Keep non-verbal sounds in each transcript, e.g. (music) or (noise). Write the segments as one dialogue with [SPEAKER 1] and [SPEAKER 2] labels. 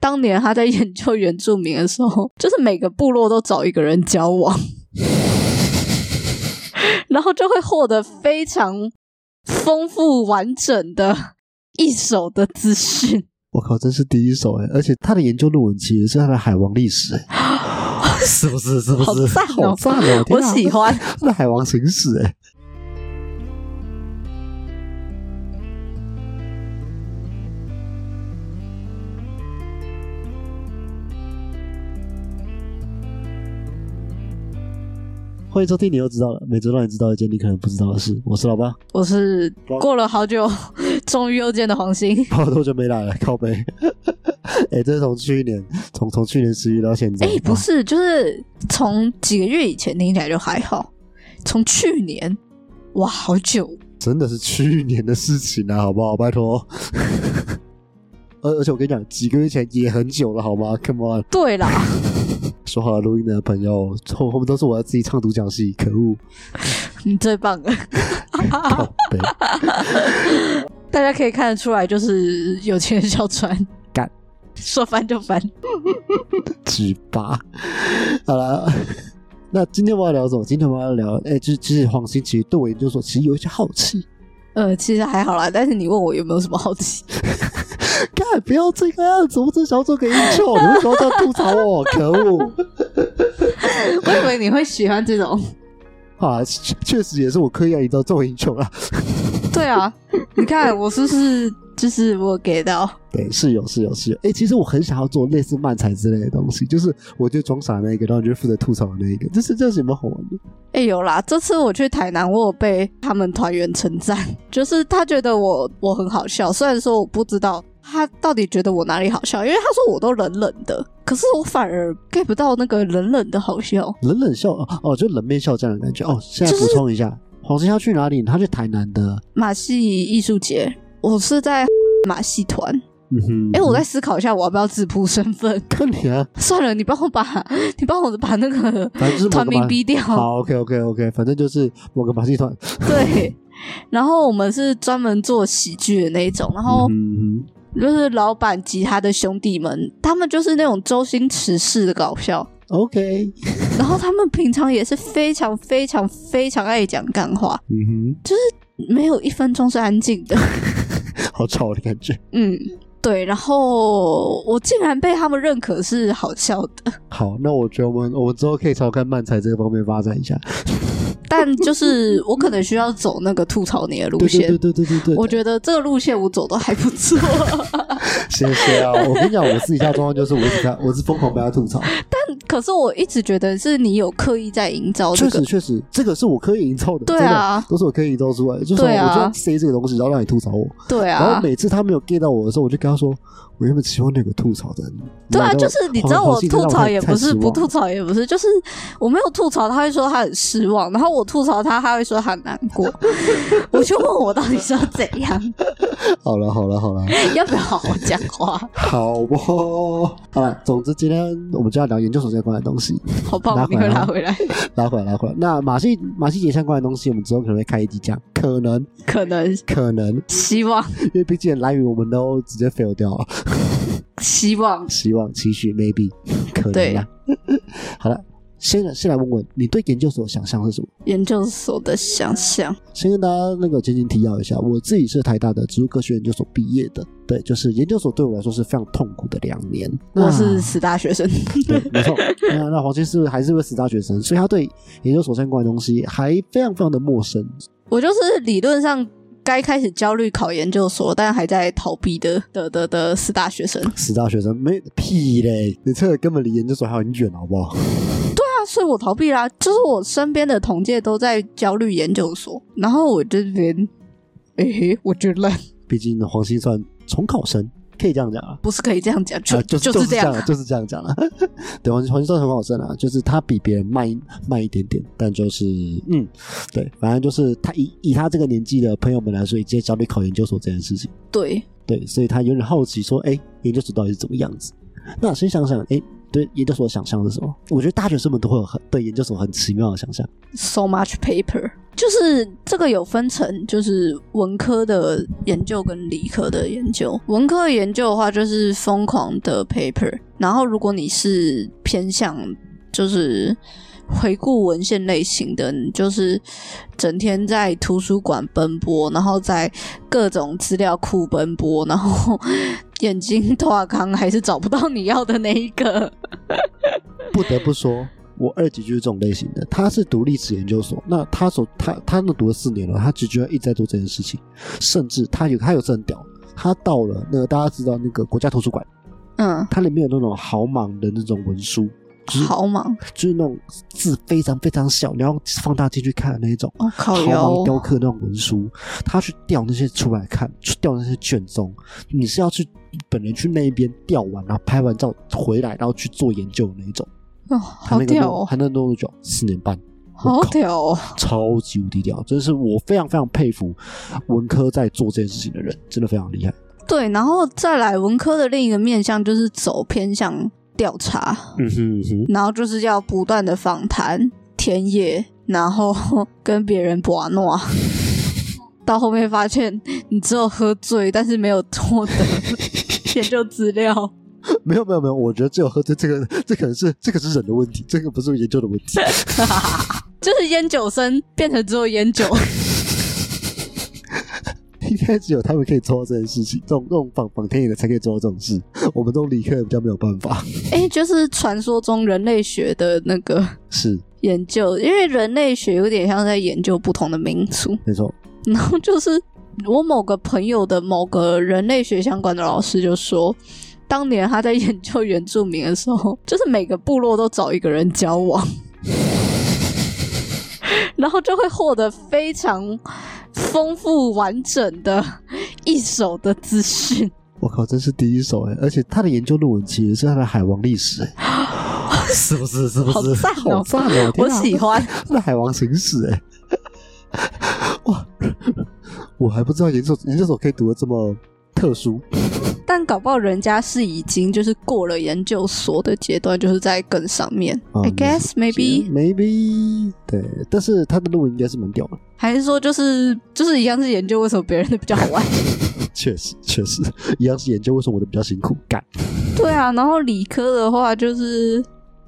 [SPEAKER 1] 当年他在研究原住民的时候，就是每个部落都找一个人交往， (laughs) 然后就会获得非常丰富完整的一手的资讯。
[SPEAKER 2] 我靠，真是第一手哎！而且他的研究论文其实是他的海王历史欸， (laughs) 是不是？是不
[SPEAKER 1] 好
[SPEAKER 2] 是？
[SPEAKER 1] 赞哦
[SPEAKER 2] 好赞哦！
[SPEAKER 1] 我
[SPEAKER 2] 天啊
[SPEAKER 1] 喜
[SPEAKER 2] (laughs)
[SPEAKER 1] 欢，
[SPEAKER 2] 他的海王行史哎。欢迎收听，你又知道了，每周让你知道一件你可能不知道的事。我是老八，
[SPEAKER 1] 我是过了好久，终于又见到黄兴。
[SPEAKER 2] 好多久没来了，靠背。 (laughs) 哎、这是从去年，从从去年十一到现在。啊
[SPEAKER 1] 哎、不是，就是从几个月以前听起来就还好，从去年，哇，好久
[SPEAKER 2] 真的是去年的事情啊，好不好？拜托。而而且我跟你讲，几个月前也很久了，好吗？Come on，
[SPEAKER 1] 对啦，
[SPEAKER 2] 说好了录音的朋友，后后面都是我要自己唱独角戏，可恶，
[SPEAKER 1] 你最棒了，啊
[SPEAKER 2] 靠背。
[SPEAKER 1] 大家可以看得出来，就是有钱人哮喘，
[SPEAKER 2] 干，
[SPEAKER 1] 说翻就翻。
[SPEAKER 2] 举吧。好了，那今天我们要聊什么？今天我们要聊，哎、就是其实黄兴其实对我研究所其实有一些好奇。
[SPEAKER 1] 呃，其实还好啦，但是你问我有没有什么好奇，
[SPEAKER 2] 干，不要这个样子，我只想要做个 intro，你为什么要这样吐槽我？可恶！
[SPEAKER 1] (laughs) 我以为你会喜欢这种。
[SPEAKER 2] 啊，确确实也是我刻意要营造这种啊 intro 啦。
[SPEAKER 1] 对啊，你看我是不是就是我给到？
[SPEAKER 2] 对，是有是有是有。哎、其实我很想要做类似漫才之类的东西，就是我就装傻那一个，然后你就负责吐槽的那一个，这是这是有没有好玩的？
[SPEAKER 1] 哎、有啦，这次我去台南，我有被他们团员称赞，就是他觉得我我很好笑，虽然说我不知道他到底觉得我哪里好笑，因为他说我都冷冷的，可是我反而 get 不到那个冷冷的好笑。
[SPEAKER 2] 冷冷笑哦哦，就冷面笑这样的感觉哦。现在补充一下，黄生要去哪里？他去台南的。
[SPEAKER 1] 马戏艺术节，我是在马戏团。
[SPEAKER 2] 嗯哼，
[SPEAKER 1] 哎、我在思考一下，我要不要自曝身份？ (laughs)
[SPEAKER 2] (laughs) 看你啊，
[SPEAKER 1] 算了，你帮我把， (laughs) 你帮我把那个
[SPEAKER 2] 反正就是某个
[SPEAKER 1] 团名
[SPEAKER 2] 马
[SPEAKER 1] 逼掉。
[SPEAKER 2] 好，OK OK OK，反正就是某个马戏团。
[SPEAKER 1] 对，然后我们是专门做喜剧的那一种，然后
[SPEAKER 2] 嗯
[SPEAKER 1] 就是老板及他的兄弟们，他们就是那种周星驰式的搞笑，
[SPEAKER 2] 哼，OK，
[SPEAKER 1] 然后他们平常也是非常非常非常爱讲干话，
[SPEAKER 2] 嗯
[SPEAKER 1] 没有一分钟是安静
[SPEAKER 2] (laughs)
[SPEAKER 1] 的。
[SPEAKER 2] 哼， (laughs) 好吵的感觉。
[SPEAKER 1] 嗯，对，然后我竟然被他们认可是好笑的，
[SPEAKER 2] 好，那我觉得我们我们之后可以朝看漫才这方面发展一下。
[SPEAKER 1] 但就是我可能需要走那个吐槽你的路
[SPEAKER 2] 对对
[SPEAKER 1] 线
[SPEAKER 2] 对。对对对对，
[SPEAKER 1] 我觉得这个路线我走的还不
[SPEAKER 2] (laughs)
[SPEAKER 1] 错，
[SPEAKER 2] 谢谢啊！我跟你讲，我私底下状况就是我一
[SPEAKER 1] (laughs)
[SPEAKER 2] 直在，我是疯狂被他吐槽。
[SPEAKER 1] 哦可是我一直觉得是你有刻意在营造这个
[SPEAKER 2] 确实，确实，这个是我刻意营造的，
[SPEAKER 1] 对
[SPEAKER 2] 真
[SPEAKER 1] 啊
[SPEAKER 2] 的都是我刻意营造出来的。就是我
[SPEAKER 1] 对啊
[SPEAKER 2] 就要塞这个东西，然后让你吐槽我。
[SPEAKER 1] 对
[SPEAKER 2] 然后
[SPEAKER 1] 啊，
[SPEAKER 2] 每次他没有 get 到我的时候，我就跟他说：“我原本期望那个吐槽的。”
[SPEAKER 1] 对啊，
[SPEAKER 2] 你知
[SPEAKER 1] 就
[SPEAKER 2] 道
[SPEAKER 1] 是你知道我
[SPEAKER 2] 黄信真
[SPEAKER 1] 吐
[SPEAKER 2] 让
[SPEAKER 1] 槽
[SPEAKER 2] 太
[SPEAKER 1] 也不
[SPEAKER 2] 太
[SPEAKER 1] 是，
[SPEAKER 2] 失
[SPEAKER 1] 不
[SPEAKER 2] 望
[SPEAKER 1] 吐槽也不是，就是我没有吐槽，他会说他很失望，然后我吐槽他，他会说他很难
[SPEAKER 2] (laughs)
[SPEAKER 1] 过，我就问我到底是要怎样，
[SPEAKER 2] 好了，好了，好了，
[SPEAKER 1] 要不要好好讲话，
[SPEAKER 2] 好不好？哦好了，总之今天我们就要聊研究所相关的东西，
[SPEAKER 1] 好棒
[SPEAKER 2] 拉，
[SPEAKER 1] 你
[SPEAKER 2] 回
[SPEAKER 1] 会
[SPEAKER 2] 来
[SPEAKER 1] 拉
[SPEAKER 2] 啊
[SPEAKER 1] 回来，
[SPEAKER 2] 拉回来，拉回来。那马戏马戏节相关的东西，我们之后可能会开一集讲，可能，
[SPEAKER 1] 可能
[SPEAKER 2] 可能，
[SPEAKER 1] 希望
[SPEAKER 2] 因为毕竟来源我们都直接 fail 掉啊了。
[SPEAKER 1] 希望
[SPEAKER 2] 希望、期许、maybe 可能
[SPEAKER 1] 对
[SPEAKER 2] 啦。 (laughs) 好了，先来先来问问你对研究所的想象是什么？
[SPEAKER 1] 研究所的想象，
[SPEAKER 2] 先跟大家那个简简提要一下，我自己是台大的植物科学研究所毕业的。对，就是研究所对我来说是非常痛苦的两
[SPEAKER 1] (laughs)
[SPEAKER 2] 年。
[SPEAKER 1] 我是
[SPEAKER 2] 那
[SPEAKER 1] 死大学生，
[SPEAKER 2] (laughs) 对，没错。那那黄金是不是还是个死大学生，所以他对研究所相关的东西还非常非常的陌生。
[SPEAKER 1] 我就是理论上。该开始焦虑考研究所，但还在逃避的的的的死大学生。
[SPEAKER 2] 死大学生没屁嘞，你这个根本离研究所还很远，好不好？
[SPEAKER 1] 所以我逃避啦。就是我身边的同届都在焦虑研究所，然后我这边，诶、我觉得
[SPEAKER 2] 毕竟黄金算重考生，可以这样讲啊。
[SPEAKER 1] 不是可以这样讲，就、
[SPEAKER 2] 啊，就是这
[SPEAKER 1] 这样
[SPEAKER 2] 了，就是这样讲了。 (laughs) 对，黄黄金算很好挣啊，就是他比别人慢一慢一点点，但就是嗯，对，反正就是他以以他这个年纪的朋友们来说，已经在焦虑考研究所这件事情。
[SPEAKER 1] 对，
[SPEAKER 2] 对，所以他有点好奇说，哎、研究所到底是怎么样子？那先想想，哎、对研究所的想象是什么？我觉得大学生们都会有很对研究所很奇妙的想象。
[SPEAKER 1] so much paper。就是这个有分成，就是文科的研究跟理科的研究。文科的研究的话，就是疯狂的 paper。然后，如果你是偏向就是回顾文献类型的，你就是整天在图书馆奔波，然后在各种资料库奔波，然后眼睛 (laughs) 透啊康还是找不到你要的那一个。
[SPEAKER 2] 不得不说，我二姐就是这种类型的，她是读历史研究所，那她所她她那读了四年了，她只居然一直在做这件事情，甚至她有她有这很屌，她到了那个大家知道那个国家图书馆，
[SPEAKER 1] 嗯，
[SPEAKER 2] 它里面有那种豪莽的那种文书，就是
[SPEAKER 1] 好忙
[SPEAKER 2] 就是那种字非常非常小，你要放大镜去看的那一种。
[SPEAKER 1] 哦，靠
[SPEAKER 2] 豪
[SPEAKER 1] 腰
[SPEAKER 2] 芒雕刻那种文书，他去调那些出来看，去调那些卷宗，你是要去本人去那一边调完，然后拍完照回来，然后去做研究的那一种。
[SPEAKER 1] 哦，
[SPEAKER 2] 他
[SPEAKER 1] 好
[SPEAKER 2] 那个
[SPEAKER 1] 屌
[SPEAKER 2] 弄
[SPEAKER 1] 哦，
[SPEAKER 2] 他那弄多久？四年半，
[SPEAKER 1] 好屌哦。
[SPEAKER 2] 超级无敌屌，真是我非常非常佩服文科在做这件事情的人，真的非常厉害。
[SPEAKER 1] 对，然后再来文科的另一个面向就是走偏向调查，
[SPEAKER 2] 嗯哼嗯哼，
[SPEAKER 1] 然后就是要不断的访谈、田野，然后跟别人玩闹。到后面发现你只有喝醉，但是没有获得研究资料。 (laughs)
[SPEAKER 2] 没有没有没有，我觉得只有喝醉这个，这可能是这可是人的问题，这个不是研究的问
[SPEAKER 1] (laughs)
[SPEAKER 2] 题。
[SPEAKER 1] 就是烟酒生变成只有烟 (laughs) 酒，
[SPEAKER 2] 应该只有他们可以做到这件事情，这种这种访访天野的才可以做到这种事，我们这种理科人比较没有办法。
[SPEAKER 1] 哎、就是传说中人类学的那个
[SPEAKER 2] 是，
[SPEAKER 1] 研究，因为人类学有点像在研究不同的民族，
[SPEAKER 2] 没错，
[SPEAKER 1] 然后就是我某个朋友的某个人类学相关的老师就说，当年他在研究原住民的时候，就是每个部落都找一个人交往，然后就会获得非常丰富完整的一手的资讯。
[SPEAKER 2] 我靠，真是第一手哎！而且他的研究论文其实是他的海王历史哎，
[SPEAKER 1] (laughs)
[SPEAKER 2] 是不是？是不是？
[SPEAKER 1] 啊好赞哦
[SPEAKER 2] 好赞哦！
[SPEAKER 1] 我
[SPEAKER 2] 天哪
[SPEAKER 1] 喜欢， (laughs)
[SPEAKER 2] 那海王行驶哎、 (laughs) 哇！我还不知道研究研究所可以读的这么特殊，
[SPEAKER 1] 但搞不好人家是已经就是过了研究所的阶段，就是在更上面。
[SPEAKER 2] 啊
[SPEAKER 1] I guess maybe
[SPEAKER 2] maybe 对，但是他的论文应该是蛮屌的，
[SPEAKER 1] 还是说就是就是一样是研究为什么别人的比较好玩？
[SPEAKER 2] 确实确实，一样是研究为什么我的比较辛苦干，
[SPEAKER 1] 对啊，然后理科的话就是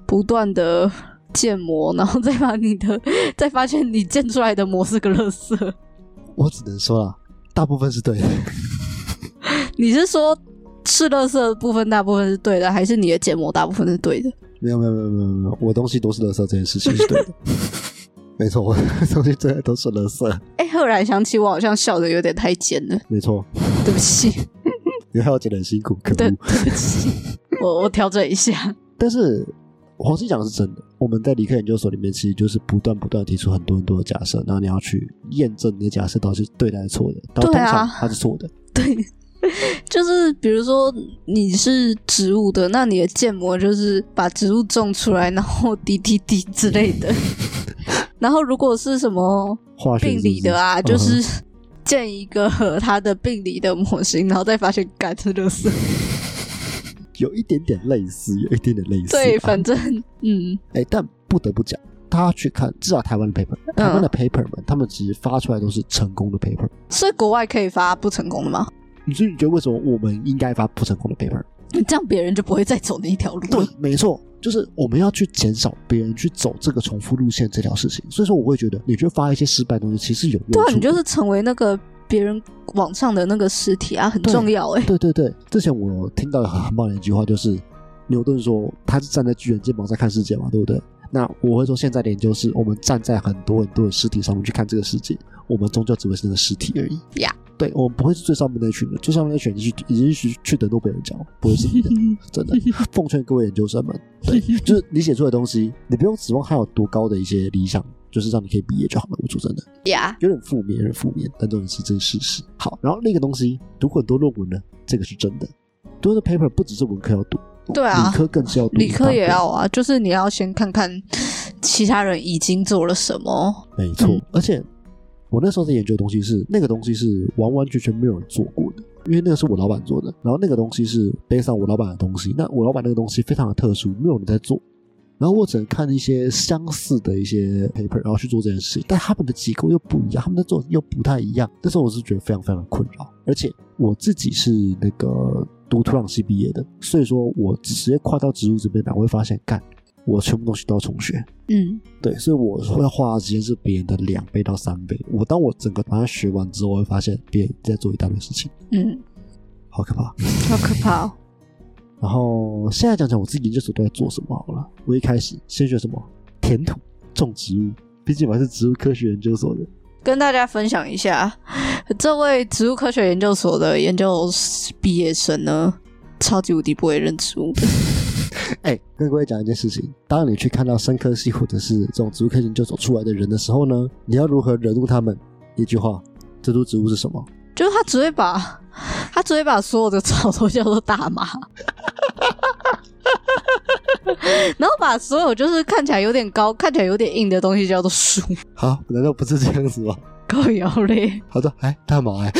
[SPEAKER 1] 不断的建模，然后再把你的 (laughs) 再发现你建出来的模是个垃圾。 (laughs)
[SPEAKER 2] 我只能说啦，大部分是对的，
[SPEAKER 1] 你是说是垃圾的部分大部分是对的，还是你的建模大部分是对的？
[SPEAKER 2] 没有没有没有没有没有，我东西都是垃圾这件事情是对的， (laughs) 没错，我的东西真的都是垃圾，
[SPEAKER 1] 哎，赫然想起我好像笑的有点太尖了， (laughs)
[SPEAKER 2] 没错，
[SPEAKER 1] 对不起，
[SPEAKER 2] 你还要觉得很辛苦，可
[SPEAKER 1] 对
[SPEAKER 2] 恶。
[SPEAKER 1] 对不起， (laughs) 我我调整一下。 (laughs)
[SPEAKER 2] 但是黄西讲的是真的，我们在理科研究所里面，其实就是不断不断地提出很多很多的假设，然后你要去验证你的假设到底是对的还是错的，然后通
[SPEAKER 1] 对啊
[SPEAKER 2] 常它是错的，
[SPEAKER 1] 就是比如说你是植物的，那你的建模就是把植物种出来，然后滴滴滴之类的。 (laughs) 然后如果是什么
[SPEAKER 2] 化学是
[SPEAKER 1] 病
[SPEAKER 2] 不
[SPEAKER 1] 理的啊，
[SPEAKER 2] 嗯哼
[SPEAKER 1] 就是建一个它的病理的模型，然后再发现干是垃
[SPEAKER 2] (laughs)
[SPEAKER 1] 圾。
[SPEAKER 2] 有一点点类似，有一点点类似啊，
[SPEAKER 1] 对，反正嗯，
[SPEAKER 2] 哎、但不得不讲。大家去看，至少台湾的 paper，
[SPEAKER 1] 嗯
[SPEAKER 2] 台湾的 paper 们，他们其实发出来都是成功的 paper。
[SPEAKER 1] 所以国外可以发不成功的吗？
[SPEAKER 2] 你是觉得为什么我们应该发不成功的 paper？
[SPEAKER 1] 这样别人就不会再走那一条路。
[SPEAKER 2] 对，，没错，就是我们要去减少别人去走这个重复路线这条事情。所以说，我会觉得你去发一些失败的东西，其实有用处
[SPEAKER 1] 对
[SPEAKER 2] 的。
[SPEAKER 1] 啊，你就是成为那个别人网上的那个尸体啊，很
[SPEAKER 2] 对
[SPEAKER 1] 重要哎、 (laughs)
[SPEAKER 2] 对对对，之前我有听到很很棒的一句话，就是牛顿说他是站在巨人肩膀上看世界嘛，对不对？那我会说，现在的研究是我们站在很多很多的尸体上面去看这个世界，我们终究只会是那个尸体而已。
[SPEAKER 1] 呀
[SPEAKER 2] 对，我们不会是最上面那群人，最上面那群人已经去已经去去得诺贝尔奖了，不会是你的。
[SPEAKER 1] (laughs)
[SPEAKER 2] 真的，奉劝各位研究生们，对，就是你写出的东西，你不用指望它有多高的一些理想，就是让你可以毕业就好了。我说真的，
[SPEAKER 1] 呀，
[SPEAKER 2] 有点负面，有点负面，但这种是真事实。好，然后另一个东西，读很多论文呢，这个是真的。读的 paper 不只是文科要读，
[SPEAKER 1] 对啊
[SPEAKER 2] 理科更是要读，
[SPEAKER 1] 理科也，要
[SPEAKER 2] 嗯
[SPEAKER 1] 啊，就是你要先看看其他人已经做了什么。
[SPEAKER 2] 没错。
[SPEAKER 1] 嗯
[SPEAKER 2] 而且我那时候在研究的东西是那个东西是完完全全没有人做过的，因为那个是我老板做的，然后那个东西是背上我老板的东西，那我老板那个东西非常的特殊，没有人在做。然后我只能看一些相似的一些 paper，然后去做这件事情，但他们的机构又不一样，他们在做又不太一样。那时候我是觉得非常非常的困扰，而且我自己是那个读土壤系毕业的，所以说我直接跨到植物这边来，我会发现，干，我全部东西都要重学。
[SPEAKER 1] 嗯，
[SPEAKER 2] 对，所以我会花的时间是别人的两倍到三倍。我当我整个把它学完之后，我会发现别人在做一大堆事情，
[SPEAKER 1] 嗯，
[SPEAKER 2] 好可怕。
[SPEAKER 1] 好可怕哦。
[SPEAKER 2] 然后现在讲讲我自己研究所都在做什么好了。我一开始先学什么填土、种植物，毕竟我还是植物科学研究所的。
[SPEAKER 1] 跟大家分享一下，这位植物科学研究所的研究毕业生呢，超级无敌不会认植物的。
[SPEAKER 2] 哎，跟各位讲一件事情：当你去看到生科系或者是这种植物科学研究所出来的人的时候呢，你要如何惹怒他们？一句话，这株植物是什么？
[SPEAKER 1] 就是他只会把，他只会把所有的草都叫做大麻， (laughs) 然后把所有就是看起来有点高、看起来有点硬的东西叫做树，
[SPEAKER 2] 好，难道不是这样子吗？
[SPEAKER 1] 高摇嘞。
[SPEAKER 2] 好的，哎，大麻哎，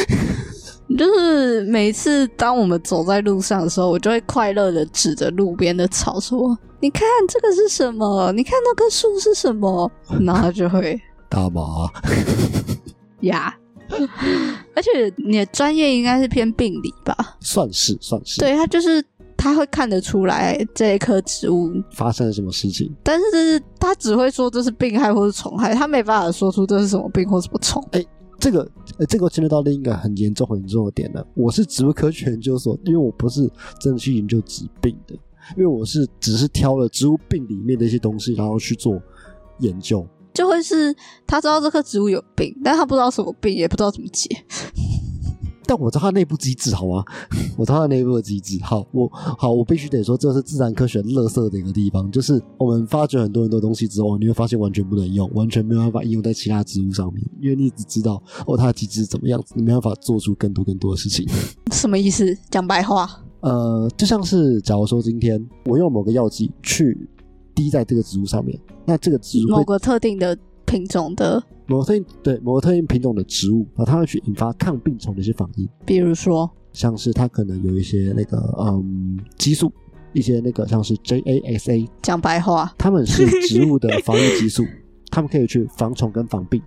[SPEAKER 1] 就是每次当我们走在路上的时候，我就会快乐的指着路边的草说：“你看这个是什么？你看那棵树是什么？” (laughs) 然后他就会
[SPEAKER 2] 大麻。
[SPEAKER 1] 呀。而且你的专业应该是偏病理吧？
[SPEAKER 2] 算是算是，，
[SPEAKER 1] 对，他就是他会看得出来这一棵植物
[SPEAKER 2] 发生了什么事情？
[SPEAKER 1] 但是这是他只会说这是病害或是虫害，他没办法说出这是什么病或什么虫。
[SPEAKER 2] 这个呃，这个牵扯到另一个很严重、很严重的点了。我是植物科学研究所，因为我不是真的去研究疾病的，因为我是只是挑了植物病里面的一些东西，然后去做研究。
[SPEAKER 1] 就会是他知道这棵植物有病，但他不知道什么病，也不知道怎么解。
[SPEAKER 2] 但我知道它内部机制，好吗？ (laughs) 我知道它内部的机制。好，我好，我必须得说，这是自然科学垃圾的一个地方，就是我们发掘很多很多东西之后，你会发现完全不能用，完全没有办法应用在其他植物上面，因为你只知道哦它的机制是怎么样子，你没办法做出更多更多的事情。
[SPEAKER 1] 什么意思？讲白话，
[SPEAKER 2] 呃，就像是假如说今天我用某个药剂去滴在这个植物上面，那这个植物
[SPEAKER 1] 某
[SPEAKER 2] 会
[SPEAKER 1] 个特定的品种的，
[SPEAKER 2] 某特定对某个特定品种的植物，然后它会去引发抗病虫的一些反应，
[SPEAKER 1] 比如说，
[SPEAKER 2] 像是它可能有一些那个嗯激素，一些那个像是 JASA，
[SPEAKER 1] 讲白话，
[SPEAKER 2] 它们是植物的防御激素，
[SPEAKER 1] (laughs)
[SPEAKER 2] 它们可以去防虫跟防病。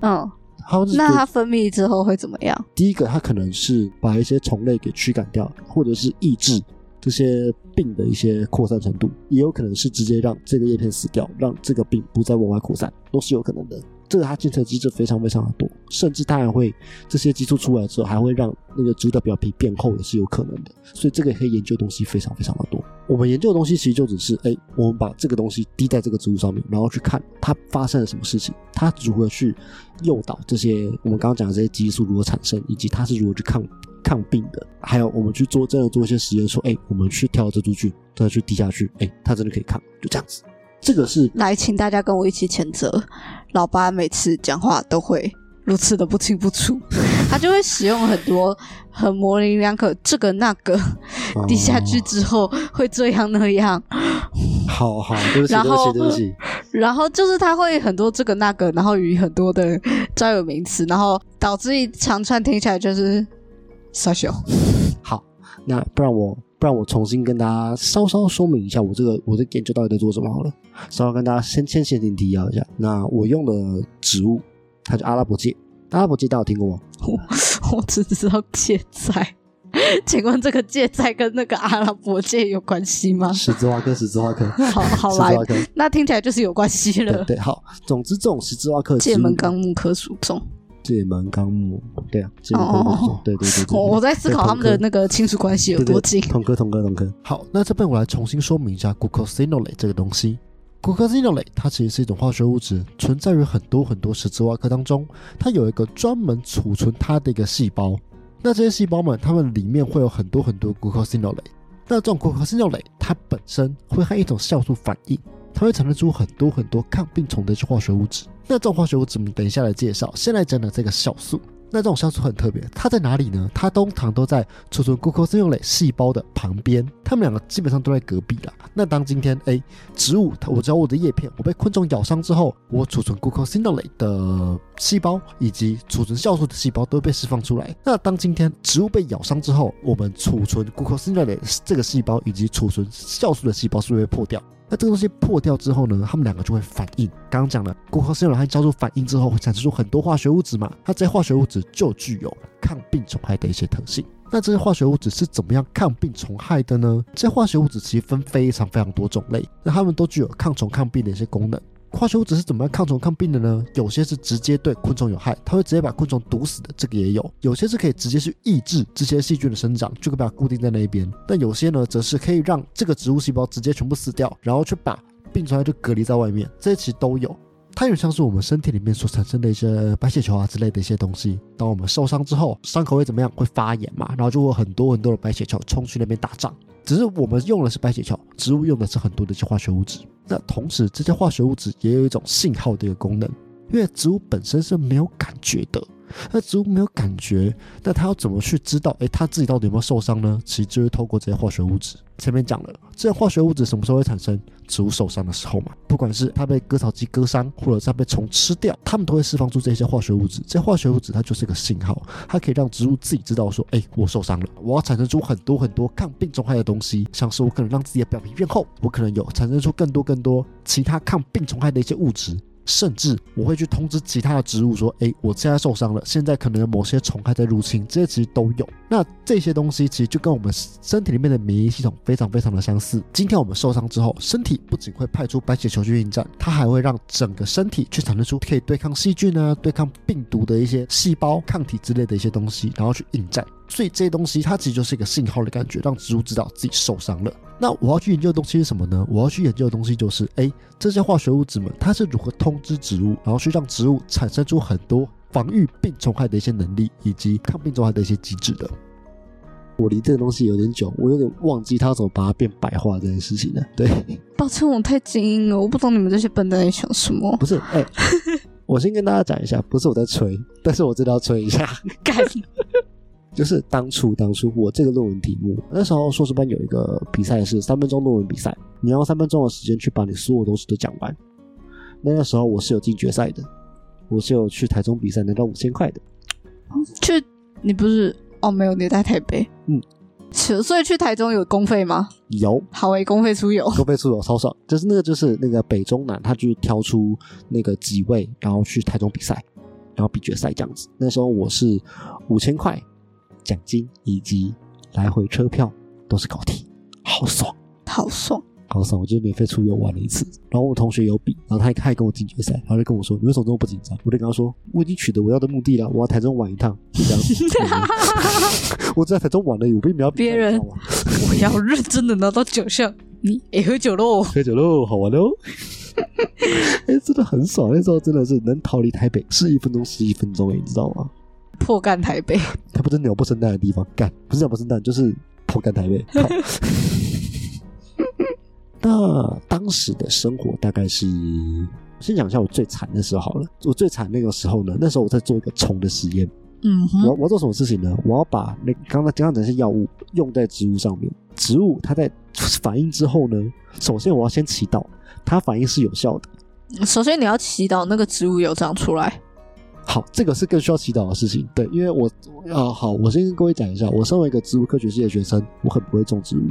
[SPEAKER 1] 嗯，
[SPEAKER 2] 它们是
[SPEAKER 1] 那
[SPEAKER 2] 对
[SPEAKER 1] 它分泌之后会怎么样？
[SPEAKER 2] 第一个，它可能是把一些虫类给驱赶掉，或者是抑制这些病的一些扩散程度，也有可能是直接让这个叶片死掉，让这个病不再往外扩散，都是有可能的。这个它监测机制非常非常的多，甚至它还会这些激素出来之后，还会让那个植物的表皮变厚，也是有可能的。所以这个可以研究的东西非常非常的多。我们研究的东西其实就只是，哎，我们把这个东西滴在这个植物上面，然后去看它发生了什么事情，它如何去诱导这些我们刚刚讲的这些激素如何产生，以及它是如何去抗 (laughs) 抗病的。还有我们去做真的做一些实验，说，哎，我们去挑这株菌，再去滴下去，哎，它真的可以抗，就这样子。这个是
[SPEAKER 1] 来，请大家跟我一起谴责老八，每次讲话都会如此的不清不
[SPEAKER 2] (laughs)
[SPEAKER 1] 楚，他就会使用很多很模棱两可，这个那个，滴下去之后会这样那样，
[SPEAKER 2] 好好，对不起，
[SPEAKER 1] 然
[SPEAKER 2] 对不
[SPEAKER 1] 后
[SPEAKER 2] 起，对不起，
[SPEAKER 1] 然后就是他会很多这个那个，然后与很多的专有名词，然后导致一长串听起来就是傻笑。
[SPEAKER 2] 好，那不然我不然我重新跟大家稍稍说明一下我这个我的研究到底在做什么好了，稍稍跟大家先先先行提要一下。那我用的植物它叫阿拉伯芥，阿拉伯芥大家有听过吗？
[SPEAKER 1] (laughs) 我只知道芥菜，请问这个芥菜跟那个阿拉伯芥有关系吗？
[SPEAKER 2] 十字花科，十字花科，
[SPEAKER 1] 啊 (laughs) 好好
[SPEAKER 2] 十字
[SPEAKER 1] 啦， (laughs)
[SPEAKER 2] 花科，
[SPEAKER 1] 那听起来就是有关系
[SPEAKER 2] 对
[SPEAKER 1] 了。
[SPEAKER 2] 对，好。总之，这种十字花科的植物
[SPEAKER 1] 界门纲目科属种，
[SPEAKER 2] 界门纲目，对啊，界门纲目属种
[SPEAKER 1] 哦，
[SPEAKER 2] 对对对对。
[SPEAKER 1] 我我在思考他们的
[SPEAKER 2] 对
[SPEAKER 1] 那个亲属关系有
[SPEAKER 2] 对对
[SPEAKER 1] 多近。
[SPEAKER 2] 同科同科同科。 (laughs) 好，那这边我来重新说明一下 g l u c o s i n o l a t e 这个东西。g l u c o s i n o l a t e 它其实是一种化学物质，存在于很多很多十字花科当中。它有一个专门储存它的一个细胞。那这些细胞们，它们里面会有很多很多 g l u c o s i n o l a t e 那这种 g l u c o s i n o l a t e 它本身会和一种酵素反应，它会产生出很多很多抗病虫的一些化学物质。那这种化学物质，我们等一下来介绍。先来讲讲这个酵素。那这种酵素很特别，它在哪里呢？它通常都在储存 glucose 细胞的旁边，他们两个基本上都在隔壁啦。那当今天哎，植物它我只要我的叶片我被昆虫咬伤之后，我储存 glucosinolate 的细胞以及储存酵素的细胞都会被释放出来。那当今天植物被咬伤之后，我们储存 glucosinolate 这个细胞以及储存酵素的细胞是不是会被破掉？那这个东西破掉之后呢，它们两个就会反应。刚刚讲了，骨和生有和酵素反应之后，会产生出很多化学物质嘛。那这些化学物质就具有抗病虫害的一些特性。那这些化学物质是怎么样抗病虫害的呢？这些化学物质其实分非常非常多种类，那它们都具有抗虫抗病的一些功能。化学物质是怎么样抗虫抗病的呢？有些是直接对昆虫有害，它会直接把昆虫毒死的，这个也有；有些是可以直接去抑制这些细菌的生长，就可以把它固定在那边；但有些呢，则是可以让这个植物细胞直接全部死掉，然后去把病虫害就隔离在外面，这些其实都有。它有点像是我们身体里面所产生的一些白血球啊之类的一些东西。当我们受伤之后，伤口会怎么样？会发炎嘛，然后就会有很多很多的白血球冲去那边打仗。只是我们用的是白血球，植物用的是很多的一些化学物质。那同时，这些化学物质也有一种信号的一个功能，因为植物本身是没有感觉的。那植物没有感觉，那它要怎么去知道？诶，它自己到底有没有受伤呢？其实就是透过这些化学物质。前面讲了，这些化学物质什么时候会产生？植物受伤的时候嘛，不管是它被割草机割伤，或者是它被虫吃掉，它们都会释放出这些化学物质。这些化学物质它就是一个信号，它可以让植物自己知道说，哎，我受伤了，我要产生出很多很多抗病虫害的东西，像是我可能让自己的表皮变厚，我可能有产生出更多更多其他抗病虫害的一些物质。甚至我会去通知其他的植物说：“哎，我现在受伤了，现在可能有某些虫害在入侵。”这些其实都有。那这些东西其实就跟我们身体里面的免疫系统非常非常的相似。今天我们受伤之后，身体不仅会派出白血球去应战，它还会让整个身体去产生出可以对抗细菌啊、对抗病毒的一些细胞、抗体之类的一些东西，然后去应战。所以这些东西它其实就是一个信号的感觉，让植物知道自己受伤了。那我要去研究的东西是什么呢？我要去研究的东西就是，哎，这些化学物质们它是如何通知植物，然后去让植物产生出很多防御病虫害的一些能力，以及抗病虫害的一些机制的。我离这个东西有点久，我有点忘记它怎么把它变白化这件事情了。对， (laughs)
[SPEAKER 1] 抱歉，我太精英了，我不懂你们这些笨蛋在想什么。
[SPEAKER 2] 不是，哎，我先跟大家讲一下，不是我在吹，但是我真的要吹一下。
[SPEAKER 1] (laughs) 干，
[SPEAKER 2] 就是当初当初我这个论文题目，那时候硕士班有一个比赛是三分钟论文比赛，你要用三分钟的时间去把你所有东西都讲完。那个时候我是有进决赛的，我是有去台中比赛拿到五千块的。
[SPEAKER 1] 去，你不是哦？没有，你在台北。
[SPEAKER 2] 嗯，
[SPEAKER 1] 是所以去台中有公费吗？
[SPEAKER 2] 有
[SPEAKER 1] 好诶，公费出游。
[SPEAKER 2] 都被出手超爽，就是那个就是那个北中南，他去挑出那个几位，然后去台中比赛，然后比决赛这样子。那时候我是五千块奖金以及来回车票都是高铁，好爽。
[SPEAKER 1] 好爽！ (laughs)
[SPEAKER 2] 好爽！我就是免费出游玩了一次。然后我同学有比，然后他他也跟我进决赛，然后就跟我说：“你为什么这么不紧张？”我就跟他说：“我已经取得我要的目的了，我要台中玩一趟。”就这样子，我只在台中玩了，我并没有比赛
[SPEAKER 1] 别人
[SPEAKER 2] 你知道吗
[SPEAKER 1] 我要认真的拿到奖项，你也喝酒喽。
[SPEAKER 2] 喝酒喽，好玩喽！哎、真的很爽，那时候真的是能逃离台北是一分钟是一分钟哎，你知道吗？
[SPEAKER 1] 破干台北，
[SPEAKER 2] 它不是鸟不生蛋的地方，干不是鸟不生蛋，就是破干台北。靠那当时的生活大概是，先讲一下我最惨的时候好了。我最惨那个时候呢，那时候我在做一个虫的实验，
[SPEAKER 1] 嗯
[SPEAKER 2] 我
[SPEAKER 1] 哼，
[SPEAKER 2] 我要做什么事情呢？我要把那刚才刚刚讲的是药物用在植物上面，植物它在反应之后呢，首先我要先祈祷它反应是有效的。
[SPEAKER 1] 首先你要祈祷那个植物有长出来。 (laughs)
[SPEAKER 2] 好，这个是更需要祈祷的事情。对，因为我啊，好，我先跟各位讲一下，我身为一个植物科学系的学生，我很不会种植物。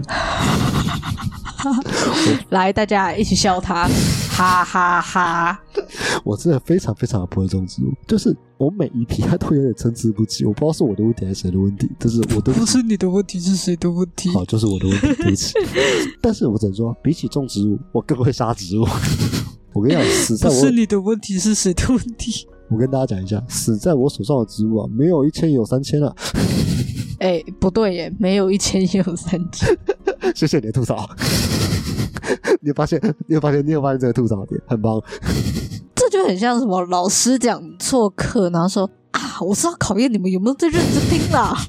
[SPEAKER 1] 来，大家一起笑他， (laughs) 哈哈哈
[SPEAKER 2] 我真的非常非常的不会种植物，就是我每一题它都有点参差不齐，我不知道是我的问题还是谁的问题，但是我都
[SPEAKER 3] 不是你的问题，是谁的问题？
[SPEAKER 2] 好，就是我的问题，对不
[SPEAKER 3] (laughs)
[SPEAKER 2] 起。但是我只能说，比起种植物，我更会杀植物。 (laughs) 我跟你讲，死在
[SPEAKER 3] 不
[SPEAKER 2] 我
[SPEAKER 3] 是你的问题，是谁的问题？
[SPEAKER 2] 我跟大家讲一下，死在我手上的植物啊，没有一千也有三千啊了、
[SPEAKER 1] (laughs) 哎、不对耶，没有一千也有三千。
[SPEAKER 2] (laughs) 谢谢你的吐槽。 (laughs) 你有发现，你有发现，你有发现这个吐槽点很棒。
[SPEAKER 1] (laughs) 这就很像什么老师讲错课，然后说啊，我是要考验你们有没有在认真听啦。 (laughs)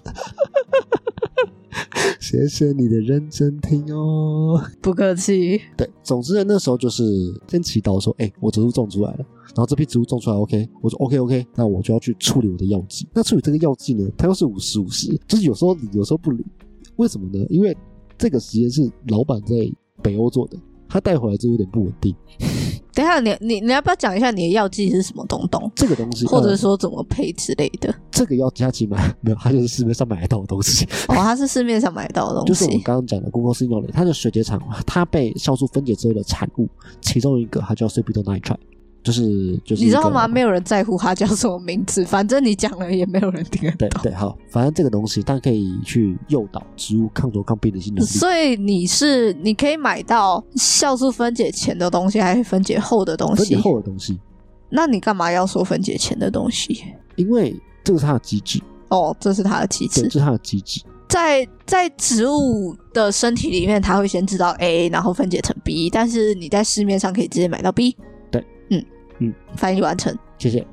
[SPEAKER 2] 谢谢你的认真听哦。
[SPEAKER 1] 不客气，
[SPEAKER 2] 对，总之呢，那时候就是先祈祷说，哎、我植物种出来了，然后这批植物种出来，OK，我说 OK OK，那我就要去处理我的药剂。那处理这个药剂呢，它又是五十五十，就是有时候理，有时候不理。为什么呢？因为这个实验是老板在北欧做的，他带回来之后有点不稳定。
[SPEAKER 1] 等一下，你你你要不要讲一下你的药剂是什么东东，
[SPEAKER 2] 这个东西，
[SPEAKER 1] 或者
[SPEAKER 2] 呃
[SPEAKER 1] 说怎么配之类的？
[SPEAKER 2] 这个要加起买，没有，它就是市面上买得到的东西，
[SPEAKER 1] 哦，它是市面上买到的
[SPEAKER 2] 就
[SPEAKER 1] 东
[SPEAKER 2] 是
[SPEAKER 1] 西
[SPEAKER 2] 我。们刚刚讲的 Google s i g n a l 它的水解厂，它被酵素分解之后的产物，其中一个它叫 c p t o n i t r i 就是就是
[SPEAKER 1] 你知
[SPEAKER 2] 一
[SPEAKER 1] 道
[SPEAKER 2] 个
[SPEAKER 1] 吗？没有人在乎它叫什么名字，反正你讲了也没有人
[SPEAKER 2] (laughs)
[SPEAKER 1] 听得
[SPEAKER 2] 对
[SPEAKER 1] 懂。
[SPEAKER 2] 对，好，反正这个东西，它可以去诱导植物抗浊抗病的性能力。
[SPEAKER 1] 所以你是你可以买到酵素分解前的东西，还是分解后的东
[SPEAKER 2] 分
[SPEAKER 1] 西
[SPEAKER 2] 解？后的东西，
[SPEAKER 1] 那你干嘛要说分解前的东西？
[SPEAKER 2] 因为这个是它的机制，
[SPEAKER 1] 哦，这是它的机
[SPEAKER 2] 对，
[SPEAKER 1] 制
[SPEAKER 2] 这，是它的机制。
[SPEAKER 1] 在在植物的身体里面，它会先知道 A，然后分解成 B，但是你在市面上可以直接买到 B。
[SPEAKER 2] 对，
[SPEAKER 1] 嗯
[SPEAKER 2] 嗯，
[SPEAKER 1] 翻译完成。
[SPEAKER 2] 谢谢。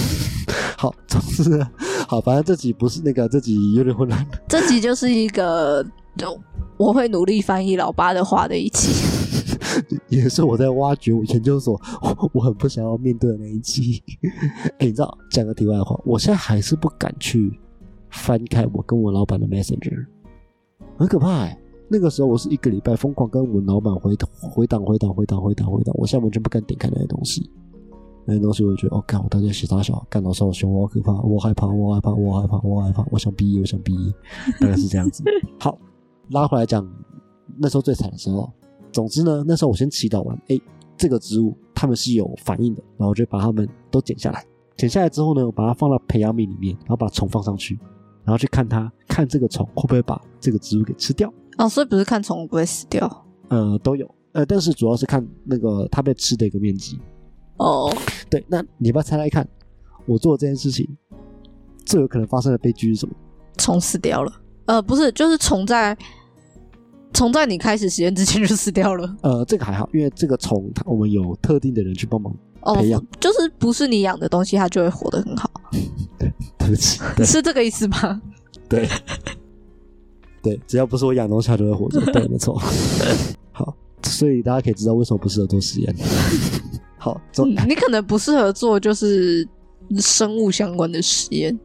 [SPEAKER 2] (laughs) 好，总之呢，好，反正这集不是那个，这集有点混乱。
[SPEAKER 1] 这集就是一个就我会努力翻译老八的话的一集。
[SPEAKER 2] (laughs) 也是我在挖掘我研究所， (laughs) 我我很不想要面对的那一集。 (laughs) 哎、你知道，讲个题外话，我现在还是不敢去翻开我跟我老板的 Messenger，很可怕、欸。那个时候我是一个礼拜疯狂跟我老板回回档回档回档回档回档，我现在完全不敢点开那些东西。那些东西我就觉得，哦，看我到底在写啥小，干老师好凶，我好可怕，我害怕，我害怕，我害怕，我害怕，我想毕业，我想毕业，大概是这样子。好，拉回来讲，那时候最惨的时候，总之呢，那时候我先祈祷完，哎，这个植物它们是有反应的，然后我就把它们都剪下来。剪下来之后呢，我把它放到培养皿里面，然后把虫放上去，然后去看它，看这个虫会不会把这个植物给吃掉。
[SPEAKER 1] 哦，所以不是看宠物不会死掉
[SPEAKER 2] 呃，都有，呃，但是主要是看那个它被吃的一个面积。
[SPEAKER 1] 哦。
[SPEAKER 2] 对，那你要不要猜猜看，我做的这件事情最有可能发生的悲剧是什么？
[SPEAKER 1] 虫死掉了。呃，不是，就是虫在虫在你开始实验之前就死掉了。
[SPEAKER 2] 呃，这个还好，因为这个虫它我们有特定的人去帮忙
[SPEAKER 1] 哦
[SPEAKER 2] 培养，
[SPEAKER 1] 就是不是你养的东西，它就会活得很好，
[SPEAKER 2] 对不起，对
[SPEAKER 1] 是这个意思吗？
[SPEAKER 2] 对，对，只要不是我养东西，它就会活着。对，没错。 (laughs) 好，所以大家可以知道为什么不适合做实验。 (laughs) 好，总
[SPEAKER 1] 嗯你可能不适合做就是生物相关的实验，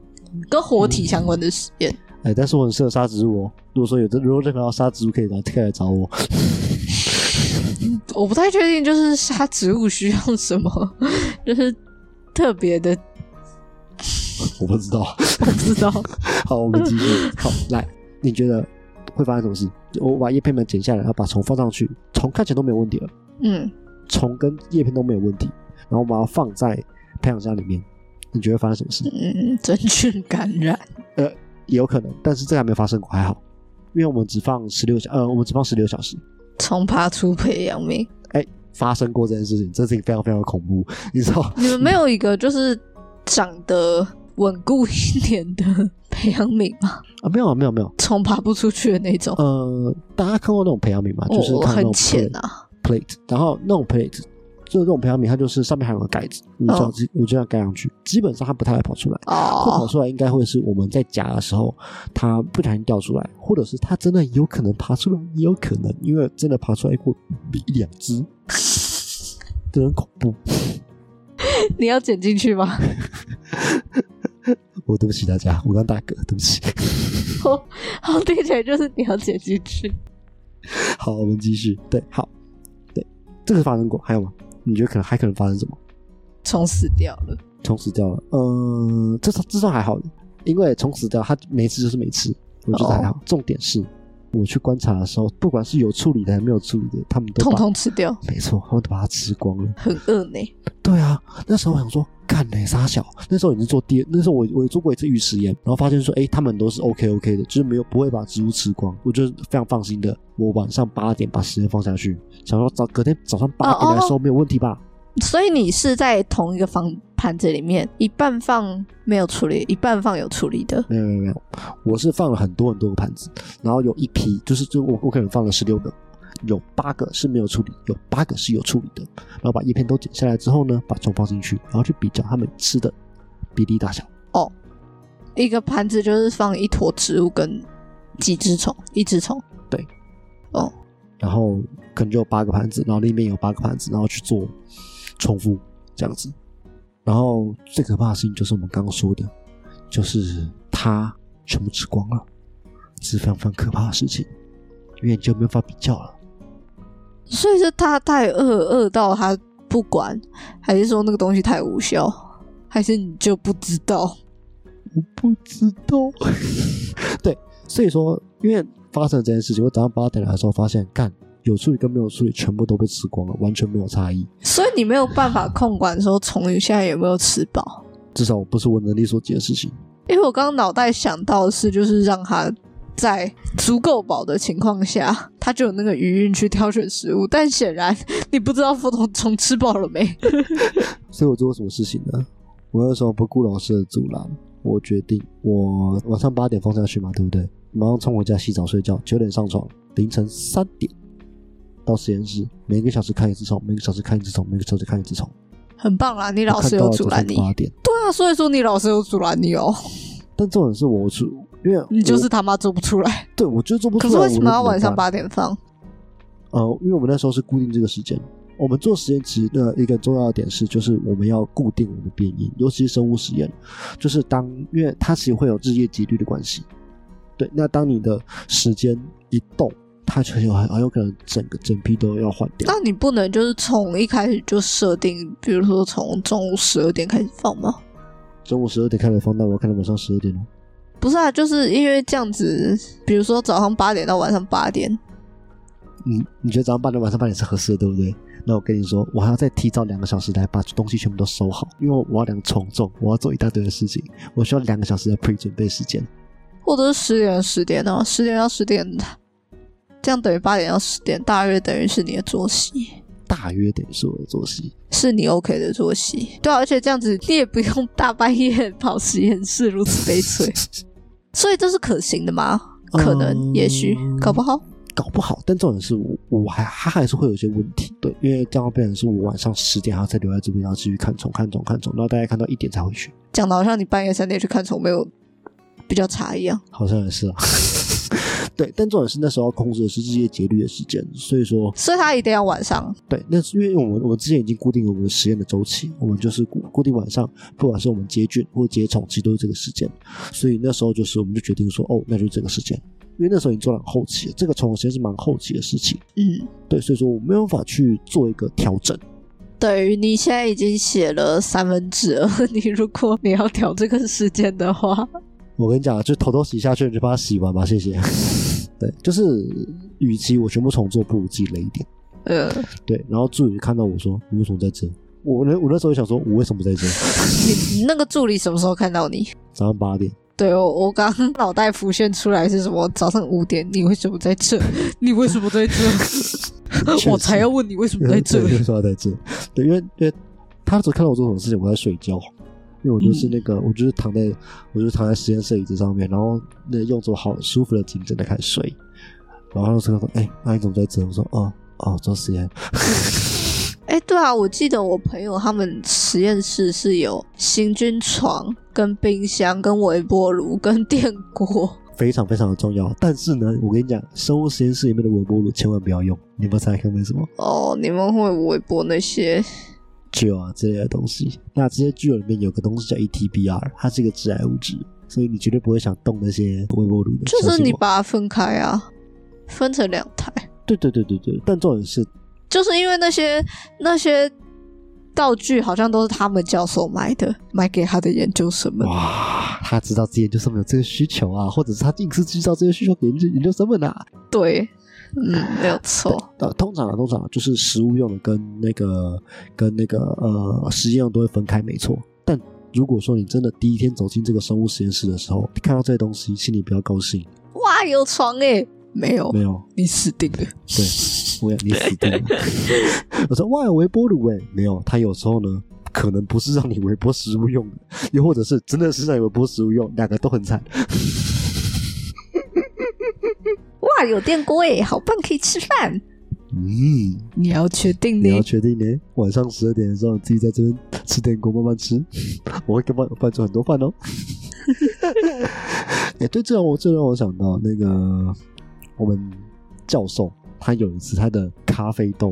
[SPEAKER 1] 跟活体相关的实验。
[SPEAKER 2] 哎，但是我很适合杀植物哦。如果说有的，如果任何要杀植物，可以来可以来找我。 (laughs)
[SPEAKER 1] 我不太确定，就是杀植物需要什么， (laughs) 就是特别的，
[SPEAKER 2] 我不知道。 (laughs)
[SPEAKER 1] 我不知道。
[SPEAKER 2] 好，我们继续。好，来，你觉得会发生什么事？我把叶片们剪下来，然后把虫放上去，虫看起来都没有问题了，
[SPEAKER 1] 嗯，
[SPEAKER 2] 虫跟叶片都没有问题，然后我把它放在培养箱里面，你觉得会发生什么事？
[SPEAKER 1] 嗯，真菌感染。
[SPEAKER 2] 也有可能，但是这个还没发生过，还好，因为我们只放十六小，呃，我们只放十六小时。
[SPEAKER 1] 虫爬出培养皿，
[SPEAKER 2] 发生过这件事情，这事情非常非常的恐怖，你知道？
[SPEAKER 1] 你们没有一个就是长得稳固一点的培养皿吗？ (laughs)
[SPEAKER 2] 啊，没有啊，没有没有，
[SPEAKER 1] 虫爬不出去的那种，
[SPEAKER 2] 呃，大家看过那种培养皿吗？就是
[SPEAKER 1] 哦、
[SPEAKER 2] 看那
[SPEAKER 1] 很
[SPEAKER 2] 种
[SPEAKER 1] 浅
[SPEAKER 2] plate，、
[SPEAKER 1] 啊。
[SPEAKER 2] plate，然后那种 plate，就这种培养皿，它就是上面还有个盖子，你
[SPEAKER 1] 哦
[SPEAKER 2] 这样子，你这样盖上去，基本上它不太会跑出来。会
[SPEAKER 1] (laughs)
[SPEAKER 2] 跑
[SPEAKER 1] 哦，
[SPEAKER 2] 出来应该会是我们在夹的时候，它不小心掉出来，或者是它真的有可能爬出来，也有可能，因为真的爬出来过一两只，真的很恐怖。
[SPEAKER 1] 你要剪进去吗？ (laughs)
[SPEAKER 2] 哦我对不起大家，我刚打嗝，对不起。 (laughs)
[SPEAKER 1] 好，听起来就是你要剪进去。
[SPEAKER 2] 好，我们继续。对，好，对，这个发生过，还有吗？你觉得可能还可能发生什么？
[SPEAKER 1] 虫死掉了，
[SPEAKER 2] 虫死掉了，嗯、这算这算还好的，因为虫死掉，它没吃就是没吃，我觉得还好。
[SPEAKER 1] 哦
[SPEAKER 2] 重点是，我去观察的时候，不管是有处理的还是没有处理的，他们都
[SPEAKER 1] 通
[SPEAKER 2] 把
[SPEAKER 1] 通吃掉，
[SPEAKER 2] 没错，他们都把它吃光了。
[SPEAKER 1] 很饿呢。
[SPEAKER 2] 对啊，那时候我想说，干嘞、傻小，那时候已经做第二，那时候我我也做过一次鱼实验，然后发现说，哎、他们都是 OK OK 的，就是没有不会把植物吃光，我就非常放心的，我晚上八点把实验放下去，想说早隔天早上八点来收没有问题吧？
[SPEAKER 1] 所以你是在同一个方盘子里面，一半放没有处理，一半放有处理的。
[SPEAKER 2] 没有没有没有，我是放了很多很多个盘子，然后有一批就是就我我可能放了十六个，有八个是没有处理，有八个是有处理的，然后把叶片都剪下来之后呢，把虫放进去，然后去比较它们吃的比例大小。
[SPEAKER 1] 一个盘子就是放一坨植物跟几只虫，一只虫。
[SPEAKER 2] 对，
[SPEAKER 1] 哦，
[SPEAKER 2] 然后可能就有八个盘子，然后另一边有八个盘子，然后去做重复这样子。然后最可怕的事情就是我们刚刚说的，就是它全部吃光了，这是非常非常可怕的事情。因为你就没法比较了。
[SPEAKER 1] 所以是他太饿饿到他不管，还是说那个东西太无效，还是你就不知道？
[SPEAKER 2] 我不知道。对，所以说，因为发生了这件事情，我早上八点来的时候发现，干有处理跟没有处理全部都被吃光了，完全没有差异。
[SPEAKER 1] 所以你没有办法控管说虫鱼现在有没有吃饱，
[SPEAKER 2] 至少我不是我能力所及的事情。
[SPEAKER 1] 因为我刚刚脑袋想到的是，就是让它在足够饱的情况下，它就有那个余韵去挑选食物。但显然你不知道佛头虫吃饱了
[SPEAKER 2] (laughs)
[SPEAKER 1] 没，
[SPEAKER 2] 所以我做过什么事情呢？我那时候不顾老师的阻拦，我决定我晚上八点放下去嘛，对不对？马上冲回家洗澡睡觉，九点上床，凌晨三点到实验室，每个小时看一只虫，每个小时看一只虫，每个小时看一只虫。
[SPEAKER 1] 很棒啦！你老师
[SPEAKER 2] 我
[SPEAKER 1] 有
[SPEAKER 2] 看到了
[SPEAKER 1] 阻拦
[SPEAKER 2] 早
[SPEAKER 1] 你，
[SPEAKER 2] 上八点，
[SPEAKER 1] 对啊，所以说你老师有阻拦你哦，
[SPEAKER 2] 但重点是我是因为
[SPEAKER 1] 你就
[SPEAKER 2] 我
[SPEAKER 1] 是他妈做不出来。
[SPEAKER 2] 对我就做不出
[SPEAKER 1] 可
[SPEAKER 2] 来。
[SPEAKER 1] 是为什么要
[SPEAKER 2] 我
[SPEAKER 1] 晚
[SPEAKER 2] 能怎
[SPEAKER 1] 上
[SPEAKER 2] 么办
[SPEAKER 1] 八点放？
[SPEAKER 2] 呃，因为我们那时候是固定这个时间。我们做实验其实的一个重要的点是，就是我们要固定我们的变音，尤其是生物实验，就是当因为它其实会有日夜几率的关系。对，那当你的时间一动，它就很有很很有可能整个整批都要换掉
[SPEAKER 1] 那。你不能就是从一开始就设定，比如说从中午十二点开始放吗？
[SPEAKER 2] 中午十二点开始放，那我要看到晚上十二点哦。
[SPEAKER 1] 不是啊，就是因为这样子，比如说早上八点到晚上八点，
[SPEAKER 2] 嗯，你觉得早上八点、晚上八点是合适的，对不对？那我跟你说，我还要再提早两个小时来把东西全部都收好，因为我要量从众，我要做一大堆的事情，我需要两个小时的 pre 准备时间。
[SPEAKER 1] 或者是十点到十点哦，十点到十点，这样等于八点到十点，大约等于是你的作息，
[SPEAKER 2] 大约等于是我的作息。
[SPEAKER 1] 是你 OK 的作息。对啊、而且这样子你也不用大半夜跑实验室， (laughs)
[SPEAKER 2] (laughs)
[SPEAKER 1] 如此悲催。所以这是可行的吗？可能，
[SPEAKER 2] 嗯
[SPEAKER 1] 也许，搞不好。
[SPEAKER 2] 搞不好，但重点是我我还他还是会有一些问题，对，因为这样变成是我晚上十点还要再留在这边，然后继续看虫看虫看虫，然后大概看到一点才回去，
[SPEAKER 1] 讲的好像你半夜三点去看虫没有比较差一样。
[SPEAKER 2] 好像也是啊。对，但重点是那时候要控制的是日夜节律的时间，所以说
[SPEAKER 1] 所以他一定要晚上。
[SPEAKER 2] 对，那是因为我们我们之前已经固定我们的实验的周期，我们就是固固定晚上，不管是我们接菌或接虫，其实都是这个时间。所以那时候就是我们就决定说，哦，那就是这个时间，因为那时候已经做到很后期了，这个虫实验是蛮后期的事情。
[SPEAKER 1] 嗯，
[SPEAKER 2] 对，所以说我没有办法去做一个调整。
[SPEAKER 1] 等于你现在已经写了三分之二， (laughs) 你如果你要调这个时间的话，
[SPEAKER 2] 我跟你讲啊，就头头洗下去，你就把它洗完吧，谢 (laughs) 谢。对，就是与其我全部重做，不如自己累一点。
[SPEAKER 1] 呃，
[SPEAKER 2] 对，然后助理看到我说：“你为什么在这？”我那我那时候就想说，我为什么在这？ (laughs)
[SPEAKER 1] 你你那个助理什么时候看到你？
[SPEAKER 2] 早上八点，
[SPEAKER 1] 对我，我刚刚脑袋浮现出来是什么？早上五点，你为什么在这？
[SPEAKER 3] (laughs) 你为什么在这？
[SPEAKER 2] 确实
[SPEAKER 3] 我才要问你为什么在这
[SPEAKER 2] (laughs) 对，为什么要在这？对，因为因为他只看到我做什么事情，我在睡觉。因为我就是那
[SPEAKER 3] 嗯
[SPEAKER 2] 个，我就是躺在，我就是躺在实验室的椅子上面，然后那用着好舒服的颈枕在开始睡。然后他就跟我说：“哎、那你怎么在这？”我说：“哦哦，做实验。”
[SPEAKER 1] (laughs) 哎，对啊，我记得我朋友他们实验室是有行军床、跟冰箱、跟微波炉、跟电锅。
[SPEAKER 2] 非常非常的重要。但是呢，我跟你讲，生物实验室里面的微波炉千万不要用，你们猜看为什么？
[SPEAKER 1] 哦，你们会微波那些？
[SPEAKER 2] 具有啊之类的东西。那这些具啊有里面有个东西叫 ETBR，它是一个致癌物质，所以你绝对不会想动那些微波炉的。
[SPEAKER 1] 就
[SPEAKER 2] 相
[SPEAKER 1] 是
[SPEAKER 2] 信
[SPEAKER 1] 你
[SPEAKER 2] 我
[SPEAKER 1] 把它分开啊，分成两台。
[SPEAKER 2] 对对对对对，但重点是
[SPEAKER 1] 就是因为那些那些道具好像都是他们教授买的，买给他的研究生们。
[SPEAKER 2] 哇，他知道自己研究生们有这个需求啊，或者是他硬是制造这些需求给研究研究生们啊。
[SPEAKER 1] 对，嗯，没有错。
[SPEAKER 2] 呃，通常啊，通常啊就是食物用的跟那个跟那个呃实验用都会分开，没错。但如果说你真的第一天走进这个生物实验室的时候，看到这些东西，心里不要高兴，
[SPEAKER 1] 哇，有床哎、没有
[SPEAKER 2] 没，有，
[SPEAKER 3] 你死定了！
[SPEAKER 2] 对，我要你死定了。 (laughs) 我说哇，有微波炉哎，没有，它有时候呢，可能不是让你微波食物用的，又或者是真的是让你微波食物用，两个都很惨。
[SPEAKER 1] 哇，有电锅哎、好棒，可以吃饭。
[SPEAKER 2] 嗯，
[SPEAKER 3] 你要确定
[SPEAKER 2] 你要
[SPEAKER 3] 你
[SPEAKER 2] 确定呢，晚上十二点的时候，你自己在这边吃电锅慢慢吃， (laughs) 我会给拌拌出很多饭哦。 (laughs) 哎、对，这让我这让我想到那个我们教授，他有一次他的咖啡豆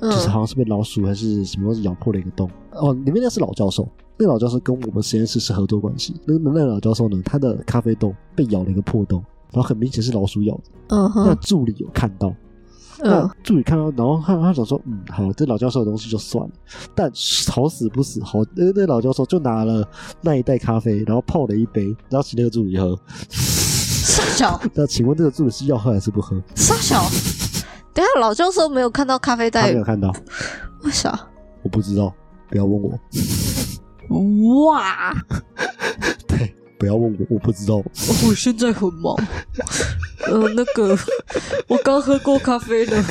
[SPEAKER 1] 嗯，
[SPEAKER 2] 就是好像是被老鼠还是什么东西咬破了一个洞。哦，里面那是老教授，那个老教授跟我们实验室是合作关系。那个那个老教授呢，他的咖啡豆被咬了一个破洞，然后很明显是老鼠咬的。
[SPEAKER 1] 嗯
[SPEAKER 2] 那
[SPEAKER 1] 哼，
[SPEAKER 2] 助理有看到，那
[SPEAKER 1] 嗯
[SPEAKER 2] 助理看到，然后他他想说，嗯，好，这老教授的东西就算了，但好死不死，好，那那老教授就拿了那一袋咖啡，然后泡了一杯，然后请那个助理喝。
[SPEAKER 1] 傻小
[SPEAKER 2] 那请问这个助理是要喝还是不喝？
[SPEAKER 1] 傻小，等一下老教授没有看到咖啡
[SPEAKER 2] 他
[SPEAKER 1] 袋
[SPEAKER 2] 没有，看到，
[SPEAKER 1] 为啥？
[SPEAKER 2] 我不知道，不要问我，
[SPEAKER 3] 哇，
[SPEAKER 2] 对，不要问我，我不知道。
[SPEAKER 3] 哦我现在很忙。呃，那个，我刚喝过咖啡了。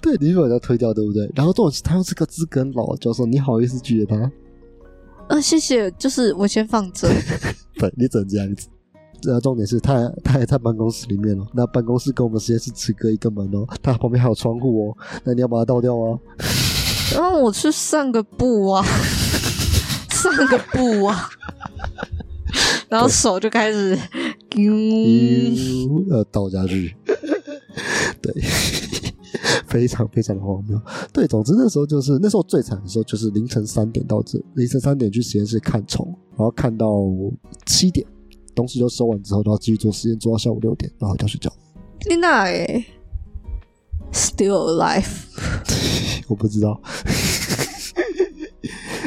[SPEAKER 2] 对，你把他推掉，对不对？然后重点是他又是个资格老教授，你好意思拒绝他？
[SPEAKER 1] 呃，谢谢，就是我先放着。
[SPEAKER 2] 对，你只能这样子。然后重点是他还他还在办公室里面哦，那办公室跟我们实验室只隔一个门哦，他旁边还有窗户哦，那你要把它倒掉啊。
[SPEAKER 1] 让我去散个步啊， (laughs) 散个步啊，
[SPEAKER 3] (laughs)
[SPEAKER 1] 然后手就开始，嗯，
[SPEAKER 2] 呃，倒下去， (laughs) 对， (laughs) 非常非常的荒谬。对，总之那时候就是那时候最惨的时候就是凌晨三点到这，凌晨三点去实验室看虫，然后看到七点，东西都收完之后，然后继续做实验，做到下午六点，然后就睡觉。
[SPEAKER 1] 你哪哎，still alive，
[SPEAKER 2] 我不知道。 (laughs)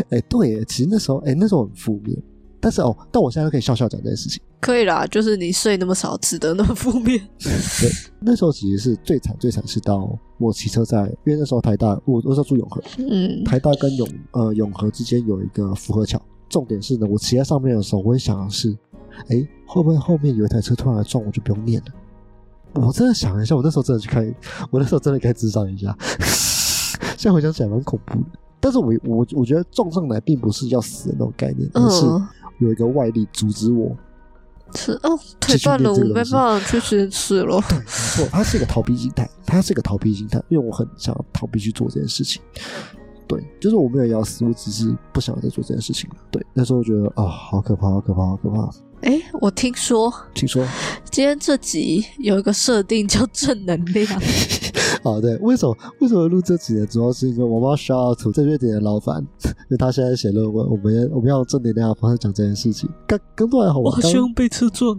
[SPEAKER 2] 哎、对耶，其实那时候，哎、那时候很负面，但是哦，但我现在都可以笑笑讲这件事情。
[SPEAKER 1] 可以啦，就是你睡那么少，值得那么负
[SPEAKER 3] (laughs)
[SPEAKER 1] 面。
[SPEAKER 2] 对，那时候其实是最惨，最惨是到我骑车在，因为那时候台大，我我那时候住永和，
[SPEAKER 1] 嗯
[SPEAKER 2] 台大跟永呃永和之间有一个复合桥。重点是呢，我骑在上面的时候，我会想的是，哎、会不会后面有一台车突然来撞我，就不用念了？我真的想了一下，我那时候真的去看，我那时候真的该智商一下。 (laughs) 现在回想起来蛮恐怖的，但是我我我觉得撞上来并不是要死的那种概念，而是
[SPEAKER 1] 嗯，
[SPEAKER 2] 有一个外力阻止我。
[SPEAKER 1] 是哦，腿断了，我没办法去实验室了。
[SPEAKER 3] (laughs)
[SPEAKER 2] 对，没错，他是一个逃避心态，他是一个逃避心态，因为我很想要逃避去做这件事情。对，就是我没有要死，我只是不想再做这件事情了。对，那时候我觉得啊、好可怕，好可怕，好可怕。
[SPEAKER 1] 哎，我听说
[SPEAKER 2] 听说 (laughs)
[SPEAKER 1] 今天这集有一个设定叫正能量，
[SPEAKER 2] 啊，对，为什么为什么录这集呢？主要是因为我们要 shout out to 这瑞典的老板， (laughs) 因为他现在写论文，我们要我们要用正能量的方式讲这件事情。刚刚都还好，
[SPEAKER 3] 我
[SPEAKER 2] 我
[SPEAKER 3] 好
[SPEAKER 2] 刚
[SPEAKER 3] 像被车撞。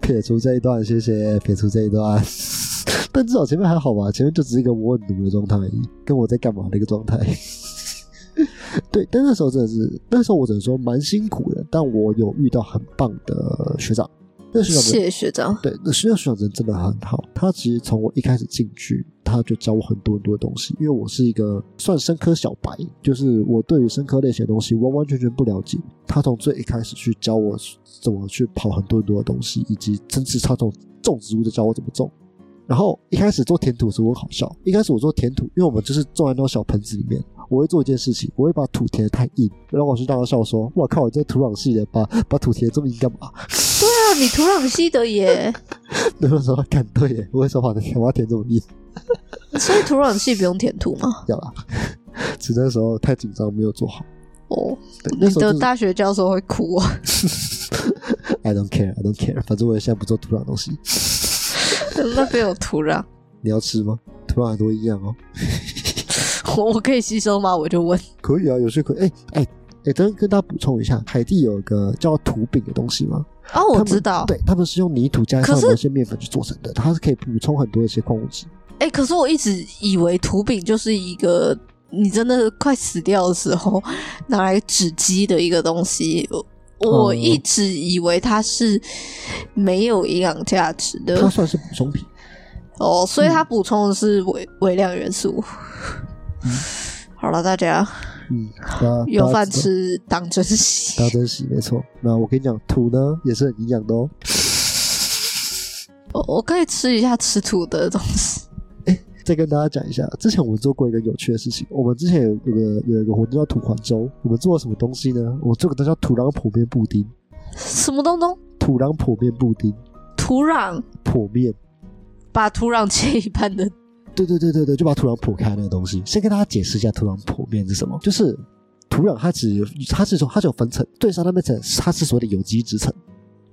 [SPEAKER 2] 撇除这一段，谢谢撇除这一段。 (laughs) 但至少前面还好吧，前面就只是一个我很奴的状态而已，跟我在干嘛的一个状态。 (laughs) 对，但那时候真的是，那时候我只能说蛮辛苦的，但我有遇到很棒的学长，那学长
[SPEAKER 1] 谢
[SPEAKER 2] 人
[SPEAKER 1] 谢学长。
[SPEAKER 2] 对，那学校学长人真的很好，他其实从我一开始进去，他就教我很多很多的东西，因为我是一个算生科小白，就是我对于生科类型的东西完完全全不了解。他从最一开始去教我怎么去跑很多很多的东西，以及甚至他从种植物就教我怎么种。然后一开始做填土的时候我很好笑，一开始我做填土，因为我们就是种在那种小盆子里面。我会做一件事情，我会把土填得太硬，然后我去大家笑说：“我靠，你这土壤系的，把把土填得这么硬干嘛？”
[SPEAKER 1] 对啊，你土壤系的耶，
[SPEAKER 2] (laughs) 那个时候干对耶，我为什么把我要填这么硬？
[SPEAKER 1] 所以土壤系不用填土吗？
[SPEAKER 2] 要啦，只是那时候太紧张，没有做好。
[SPEAKER 1] 哦，
[SPEAKER 2] 对，那
[SPEAKER 1] 你
[SPEAKER 2] 时候
[SPEAKER 1] 的
[SPEAKER 2] 就是
[SPEAKER 1] 大学教授会哭
[SPEAKER 2] (laughs)
[SPEAKER 1] 啊！
[SPEAKER 2] I don't care, I don't care，反正我现在不做土壤东西。
[SPEAKER 1] 那边有土壤，
[SPEAKER 2] 你要吃吗？土壤很多营养哦，
[SPEAKER 1] (laughs) 我我可以吸收吗？我就问。
[SPEAKER 2] 可以啊，有些可以。哎哎哎，等跟大家补充一下，海地有个叫土饼的东西吗？
[SPEAKER 1] 哦，
[SPEAKER 2] 他
[SPEAKER 1] 我
[SPEAKER 2] 们
[SPEAKER 1] 知道。
[SPEAKER 2] 对，他们是用泥土加上
[SPEAKER 1] 可是
[SPEAKER 2] 某些面粉去做成的，它是可以补充很多一些矿物质。
[SPEAKER 1] 哎、可是我一直以为土饼就是一个你真的快死掉的时候拿来纸鸡的一个东西。我我
[SPEAKER 2] 嗯
[SPEAKER 1] 一直以为它是没有营养价值
[SPEAKER 2] 它
[SPEAKER 1] 的
[SPEAKER 2] 算是补充品，
[SPEAKER 1] 哦，所以它
[SPEAKER 2] 嗯
[SPEAKER 1] 补充的是微微量元素。 (laughs) 好了，大家
[SPEAKER 2] 嗯，大家
[SPEAKER 1] 有饭，
[SPEAKER 2] 大家知道
[SPEAKER 1] 吃当珍惜
[SPEAKER 2] 大。家珍惜，没错。那我跟你讲，土呢也是很营养的哦。
[SPEAKER 1] 我我可以吃一下吃土的东西。 (laughs)
[SPEAKER 2] 再跟大家讲一下，之前我们做过一个有趣的事情，我们之前有有个有一个活动叫土环周，我们做了什么东西呢？我做个东西叫土壤剖面布丁，
[SPEAKER 1] 什么东东？
[SPEAKER 2] 土壤剖面布丁，
[SPEAKER 1] 土壤，
[SPEAKER 2] 剖面，
[SPEAKER 1] 把土壤切一半的。
[SPEAKER 2] 对对对对对，就把土壤剖开那个东西。先跟大家解释一下土壤剖面是什么，就是土壤它只它是从它是有分层，对上那边层它是所谓的有机质层。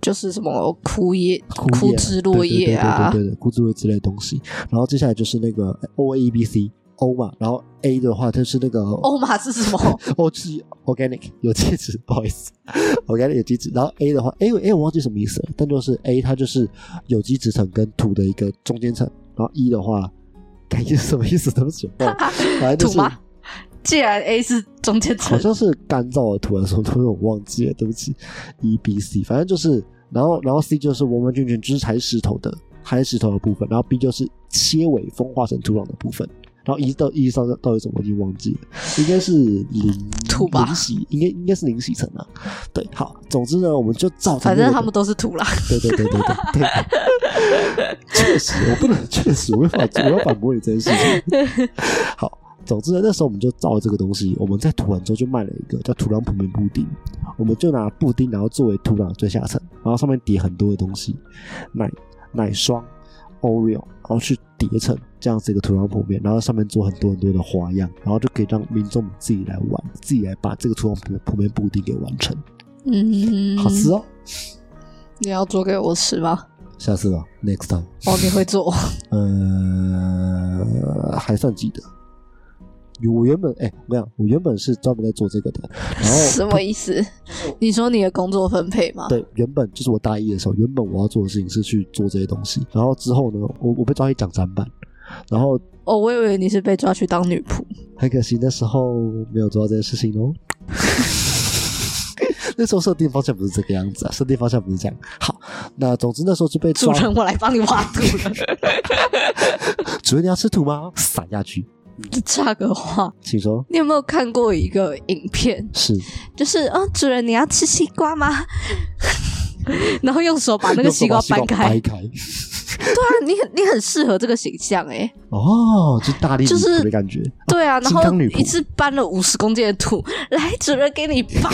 [SPEAKER 1] 就是什么枯叶、
[SPEAKER 2] 枯
[SPEAKER 1] 枯枝落叶啊
[SPEAKER 2] 对对对对对对对对枯枝落叶之类的东西。然后接下来就是那个 O A B C， O 嘛，然后 A 的话就是那个
[SPEAKER 1] 欧玛哦是什么？
[SPEAKER 2] O G 哦 organic 有机质， (laughs) 不好意思，organic 有机质。然后 A 的话，A A 我忘记什么意思了，但就是 A 它就是有机质层跟土的一个中间层。然后 E 的话， (laughs) 感觉什么意思？对不起，忘了反正 (laughs) 就
[SPEAKER 1] 土
[SPEAKER 2] 是
[SPEAKER 1] 吗？既然 A 是中间
[SPEAKER 2] 好
[SPEAKER 1] 层，
[SPEAKER 2] 像是干燥的土还是什么东西，我忘记了，对不起。E B C，反正就是，然后然后 C 就是完完全全就是柴石头的柴石头的部分，然后 B 就是切尾风化成土壤的部分。然后 E 到 E 上到底什么我已经忘记了，应该是零
[SPEAKER 1] 土吧
[SPEAKER 2] 零洗，应该应该是零洗层啊。对，好，总之呢，我们就照着
[SPEAKER 1] 反
[SPEAKER 2] 那个。
[SPEAKER 1] 正他们都是土啦。
[SPEAKER 2] 对对对对对对，确实，我不能，确实，我没法，我要反驳你这件事情。 (laughs) 好，总之呢，那时候我们就造了这个东西，我们在土壤中就卖了一个叫土壤普面布丁，我们就拿布丁，然后作为土壤最下层，然后上面叠很多的东西，奶奶霜、Oreo，然后去叠成这样子一个土壤普面，然后上面做很多很多的花样，然后就可以让民众们自己来玩，自己来把这个土壤普面普面布丁给完成，
[SPEAKER 1] 嗯，
[SPEAKER 2] 好吃哦。
[SPEAKER 1] 你要做给我吃吗？
[SPEAKER 2] 下次吧，next time。
[SPEAKER 1] 哦，你会
[SPEAKER 2] (laughs)
[SPEAKER 1] 做？
[SPEAKER 2] 呃，还算记得。我原本哎、我跟你讲，我原本是专门在做这个的，然后
[SPEAKER 1] (laughs) (laughs) 什么意思？你说你的工作分配吗？
[SPEAKER 2] 对，原本就是我大一的时候，原本我要做的事情是去做这些东西，然后之后呢，我我被抓去讲展板，然后
[SPEAKER 1] 哦，我以为你是被抓去当女仆。
[SPEAKER 2] 很可惜那时候没有做到这件事情
[SPEAKER 1] (laughs)
[SPEAKER 2] 哦。那时候设定方向不是这个样子啊，设定方向不是这样。好，那总之那时候就被
[SPEAKER 1] 主
[SPEAKER 2] 抓，
[SPEAKER 1] 人，我来帮你挖土了。 (laughs)
[SPEAKER 2] 主任你要吃土吗？撒下去，
[SPEAKER 1] 插个话，
[SPEAKER 2] 请说。
[SPEAKER 1] 你有没有看过一个影片？
[SPEAKER 2] 是
[SPEAKER 1] 就是啊、主人你要吃西瓜吗？ (laughs) 然后用手把那个
[SPEAKER 2] 用
[SPEAKER 1] 西
[SPEAKER 2] 手
[SPEAKER 1] 瓜
[SPEAKER 2] 把
[SPEAKER 1] 掰开。
[SPEAKER 2] 掰开。
[SPEAKER 1] 对啊，你很你很适合这个形象哎、
[SPEAKER 2] 哦，就大力
[SPEAKER 1] 就是
[SPEAKER 2] 女仆的感觉。
[SPEAKER 1] 对啊，然
[SPEAKER 2] 金
[SPEAKER 1] 后
[SPEAKER 2] 刚女仆
[SPEAKER 1] 一次搬了五十公斤的土，来主人给你吧。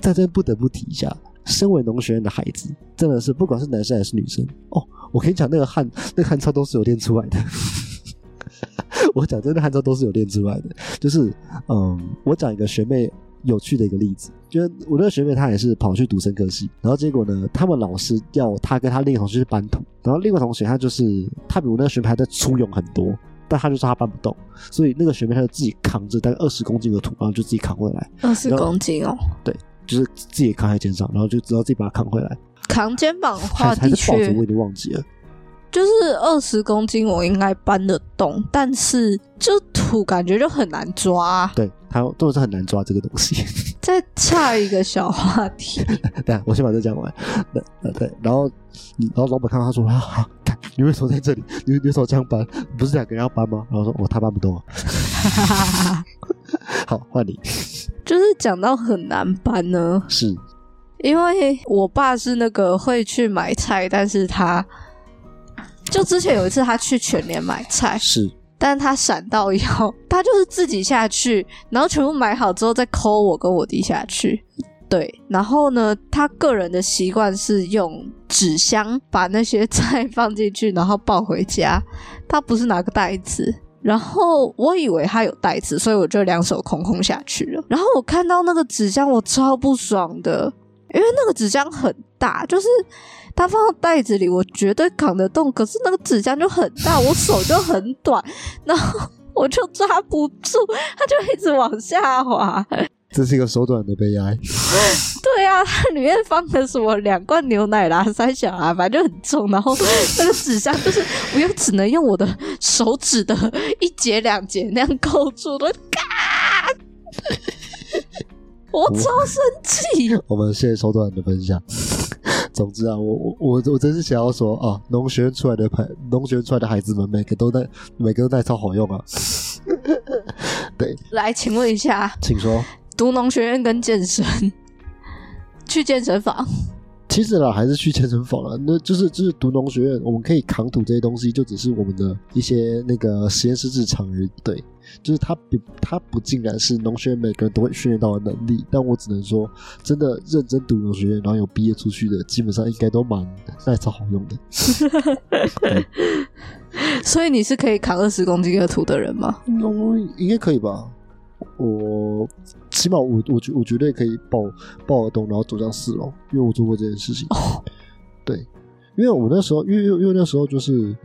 [SPEAKER 2] 在这不得不提一下，身为农学院的孩子，真的是不管是男生还是女生，哦，我跟你讲，那个汗，那个汗臭都是有练出来的。 (laughs) 我讲真的，汗臭都是有练出来的。就是，嗯，我讲一个学妹有趣的一个例子，就是我那个学妹她也是跑去读生科系，然后结果呢，他们老师要她跟她另一个同学去搬土，然后另外一个同学她就是她比我那个学妹还在粗勇很多。但她就说她搬不动，所以那个学妹她就自己扛着大概二十公斤的土，然后就自己扛回来，
[SPEAKER 1] 二十
[SPEAKER 2] 然后
[SPEAKER 1] 公斤哦，
[SPEAKER 2] 就是自己扛在肩上，然后就只要自己把它扛回来，
[SPEAKER 1] 扛肩膀的
[SPEAKER 2] 还
[SPEAKER 1] 话
[SPEAKER 2] 还
[SPEAKER 1] 的
[SPEAKER 2] 是抱着
[SPEAKER 1] 确
[SPEAKER 2] 我已经忘记了。
[SPEAKER 1] 就是二十公斤，我应该搬得动，但是就土感觉就很难抓啊、
[SPEAKER 2] 对，还有都是很难抓这个东西。 (laughs)
[SPEAKER 1] 再岔一个小话题， (laughs)
[SPEAKER 2] 对，啊我先把这讲完。那那对，然后你然后老板看到他说啊啊，干你为什么在这里？你你为什么这样搬？不是两个人要搬吗？然后说哦，他搬不动啊。好，换你
[SPEAKER 1] 就是讲到很难搬呢，
[SPEAKER 2] 是
[SPEAKER 1] 因为我爸是那个会去买菜，但是他就之前有一次他去全联买菜，
[SPEAKER 2] 是
[SPEAKER 1] 但他闪到腰，他就是自己下去，然后全部买好之后再抠我跟我弟下去。对，然后呢，他个人的习惯是用纸箱把那些菜放进去，然后抱回家。他不是拿个袋子，然后我以为他有袋子，所以我就两手空空下去了。然后我看到那个纸箱，我超不爽的，因为那个纸箱很大，就是它放到袋子里，我绝对扛得动。可是那个纸箱就很大，我手就很短，然后我就抓不住，它就一直往下滑。
[SPEAKER 2] 这是一个手短的悲哀。
[SPEAKER 1] 对啊，它里面放了什么两罐牛奶啦、三小啊，反正就很重。然后那个纸箱就是我又只能用我的手指的一节两节那样扣住的，嘎！我超生气，
[SPEAKER 2] 我们谢谢手短的分享。 (laughs) 总之啊，我我我我真是想要说啊，农学院出来的朋，农学院出来的孩子们，每个都耐，每个都耐操好用啊。
[SPEAKER 1] 来，请问一下，
[SPEAKER 2] 请说。
[SPEAKER 1] 读农学院跟健身，去健身房，
[SPEAKER 2] 其实啦，还是去健身房了。那就是就是读农学院，我们可以扛土这些东西，就只是我们的一些那个实验室日常而已。对，就是它不它不尽然是农学院每个人都会训练到的能力，但我只能说，真的认真读农学院，然后有毕业出去的，基本上应该都蛮耐操好用的。
[SPEAKER 1] 所以你是可以扛二十公斤的土的人吗？
[SPEAKER 2] 嗯，应该可以吧？我起码我我绝我
[SPEAKER 1] 哦
[SPEAKER 2] 绝对可以抱抱得动，然后走上四楼，因为我做过这件事情。对，因为我那时候，因为因为因为那时候就是，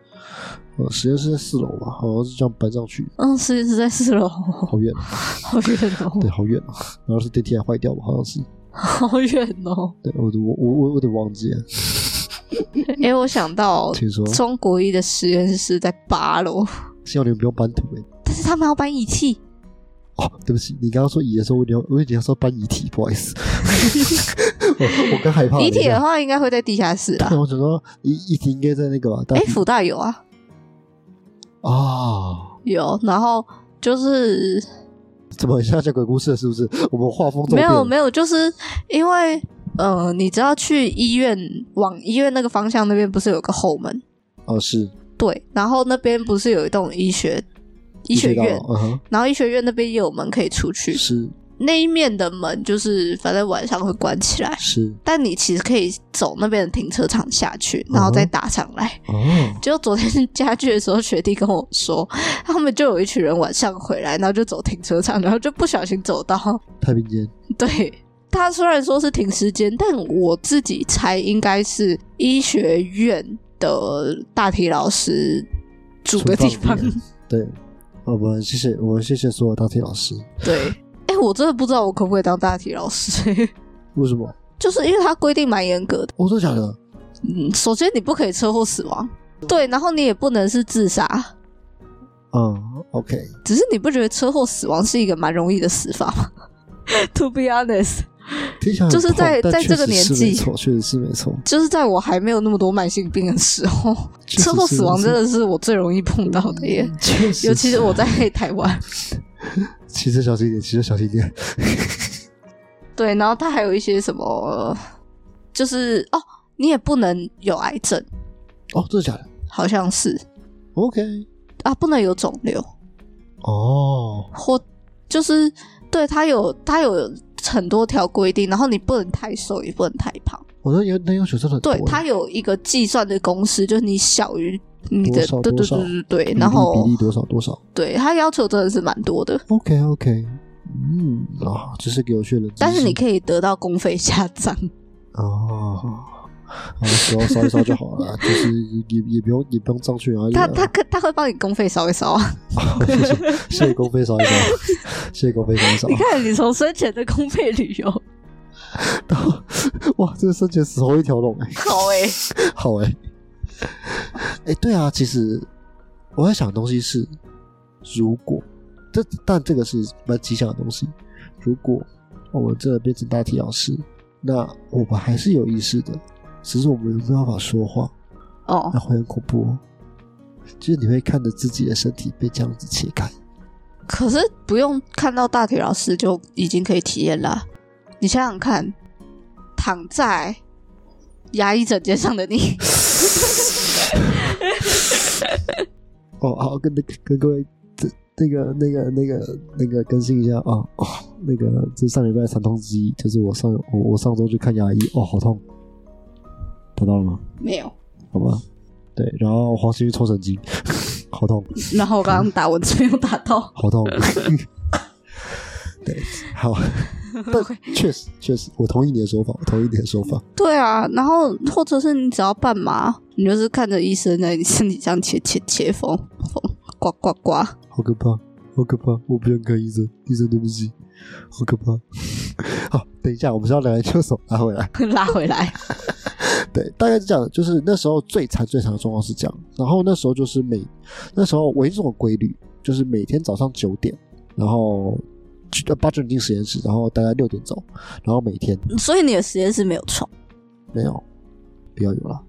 [SPEAKER 2] 呃，实验室在四楼嘛，好像是这样搬上去，
[SPEAKER 1] 嗯，实验室在四楼，
[SPEAKER 2] 好远啊，
[SPEAKER 1] 好远哦，
[SPEAKER 2] 对，好远啊。然后是电梯还坏掉吧，好像是，
[SPEAKER 1] 好远哦。
[SPEAKER 2] 对我我我我我有点忘记了，
[SPEAKER 1] (laughs) 诶，我想到
[SPEAKER 2] 听说
[SPEAKER 1] 中国一的实验室在八楼， (laughs)
[SPEAKER 2] 希望你们不用搬土欸
[SPEAKER 1] 但是他们要搬仪器，
[SPEAKER 2] 哦，对不起，你刚刚说乙的时候，我以为你要我以为你要说搬遗体，不好意思， (laughs) 我我刚害怕了
[SPEAKER 1] 遗
[SPEAKER 2] 一
[SPEAKER 1] 体的
[SPEAKER 2] 下。
[SPEAKER 1] 话应该会在地下室啦
[SPEAKER 2] (laughs) 对，。我想说遗遗体应该在那个吧，大
[SPEAKER 1] 诶，
[SPEAKER 2] 体
[SPEAKER 1] 福大有啊，
[SPEAKER 2] 啊，
[SPEAKER 1] 有，然后就是
[SPEAKER 2] 怎么很像讲鬼故事了？是不是？我们画风都
[SPEAKER 1] 没
[SPEAKER 2] 变
[SPEAKER 1] 有
[SPEAKER 2] 了
[SPEAKER 1] 没有，就是因为呃，你知道去医院往医院那个方向那边不是有个后门？
[SPEAKER 2] 哦，是
[SPEAKER 1] 对，然后那边不是有一栋医学医学
[SPEAKER 2] 到
[SPEAKER 1] 院
[SPEAKER 2] 了，嗯哼，
[SPEAKER 1] 然后医学院那边也有门可以出去，
[SPEAKER 2] 是
[SPEAKER 1] 那一面的门就是反正晚上会关起来，
[SPEAKER 2] 是
[SPEAKER 1] 但你其实可以走那边的停车场下去，然后再打上来。
[SPEAKER 2] 哦，
[SPEAKER 1] 结果昨天家具的时候，学弟跟我说，他们就有一群人晚上回来，然后就走停车场，然后就不小心走到 (laughs)
[SPEAKER 2] 太平间
[SPEAKER 1] 对。他虽然说是停时间，但我自己猜应该是医学院的大体老师住的地方
[SPEAKER 2] 存放。点对，我们谢谢我们谢谢所有大体老师，
[SPEAKER 1] 对，哎、我真的不知道我可不可以当大体老师， (laughs)
[SPEAKER 2] 为什么？
[SPEAKER 1] 就是因为他规定蛮严格的。
[SPEAKER 2] 我说假的，
[SPEAKER 1] 嗯，首先你不可以车祸死亡，对，然后你也不能是自杀。
[SPEAKER 2] 嗯，OK，
[SPEAKER 1] 只是你不觉得车祸死亡是一个蛮容易的死法吗 (laughs) ？To be honest，
[SPEAKER 2] 听起来很
[SPEAKER 1] 就是
[SPEAKER 2] 痛
[SPEAKER 1] 在
[SPEAKER 2] 但
[SPEAKER 1] 在这个
[SPEAKER 2] 确实
[SPEAKER 1] 年
[SPEAKER 2] 是
[SPEAKER 1] 纪
[SPEAKER 2] 没错，确实是没错，
[SPEAKER 1] 就是在我还没有那么多慢性病的时候，
[SPEAKER 2] 确实嗯
[SPEAKER 1] 车祸
[SPEAKER 2] 是
[SPEAKER 1] 死
[SPEAKER 2] 没
[SPEAKER 1] 亡
[SPEAKER 2] 错
[SPEAKER 1] 真的是我最容易碰到的耶。
[SPEAKER 2] 确实，
[SPEAKER 1] (laughs) 尤其是我在台湾，
[SPEAKER 2] 骑车小心一点，骑车小心一点。
[SPEAKER 1] (laughs) 对，然后它还有一些什么，就是哦，你也不能有癌症，
[SPEAKER 2] 哦，真的假的
[SPEAKER 1] 好像是
[SPEAKER 2] ？OK，
[SPEAKER 1] 啊，不能有肿瘤，
[SPEAKER 2] 哦，
[SPEAKER 1] 或就是对它有它有很多条规定，然后你不能太瘦，也不能太胖。
[SPEAKER 2] 我说有那要求真的很多
[SPEAKER 1] 对，它有一个计算的公式，就是你小于你的
[SPEAKER 2] 多，少
[SPEAKER 1] 对
[SPEAKER 2] 多
[SPEAKER 1] 对
[SPEAKER 2] 少
[SPEAKER 1] 对对
[SPEAKER 2] 比
[SPEAKER 1] 对，
[SPEAKER 2] 例
[SPEAKER 1] 然后
[SPEAKER 2] 比例多少多少
[SPEAKER 1] 对它要求真的是蛮多的，
[SPEAKER 2] ？OK OK，嗯啊，这是给有趣的冷知识。
[SPEAKER 1] 但是你可以得到公费下葬，
[SPEAKER 2] 哦。啊，烧烧一烧就好了， (laughs) 就是也也不用也不用上去啊。
[SPEAKER 1] 他
[SPEAKER 2] 也
[SPEAKER 1] 他可他会帮你公费烧一烧啊！
[SPEAKER 2] (laughs) 谢谢谢谢公费烧一烧，谢谢公费烧一烧
[SPEAKER 1] (laughs) 你。看你从生前的公费旅游，
[SPEAKER 2] 哇，这个生前死后一条龙哎、
[SPEAKER 1] 好哎、
[SPEAKER 2] 好 (laughs) 哎、哎、对啊，其实我在想的东西是，如果这但这个是蛮吉祥的东西，如果我们真的变成大体老师，那我们还是有意识的，只是我们没有办法说话，
[SPEAKER 1] 哦
[SPEAKER 2] 那，会很恐怖哦。就是你会看着自己的身体被这样子切开，
[SPEAKER 1] 可是不用看到大体老师就已经可以体验啦。你想想看，躺在牙医诊间上的你，
[SPEAKER 2] 哦，好，跟那跟各位这那个那个那个那个更新一下啊哦，那个这上礼拜的惨痛之一就是我上我我上周去看牙医，哦，好痛，得到了吗？
[SPEAKER 1] 没有。
[SPEAKER 2] 好吧，对，然后黄心玉抽神经， (laughs) 好痛，
[SPEAKER 1] 然后我刚刚打蚊子没有打到，
[SPEAKER 2] 好痛， (laughs) 对，好，但确实确实，我同意你的说法，我同意你的说法，
[SPEAKER 1] 对啊，然后或者是你只要半麻，你就是看着医生在你身体这样切切切缝缝刮刮刮。
[SPEAKER 2] 好可怕，好可怕，我不想看医生，医生对不起，好可怕。 (laughs) 好，等一下，我们是要聊研究所，拉回来。
[SPEAKER 1] (laughs) 拉回来，
[SPEAKER 2] 对，大概是这样，就是那时候最惨最惨的状况是这样。然后那时候就是每那时候我一直有规律，就是每天早上九点，然后去呃八九点进实验室，然后大概六点走，然后每天
[SPEAKER 1] 所以你的实验室没有床。
[SPEAKER 2] 没有，不要有了，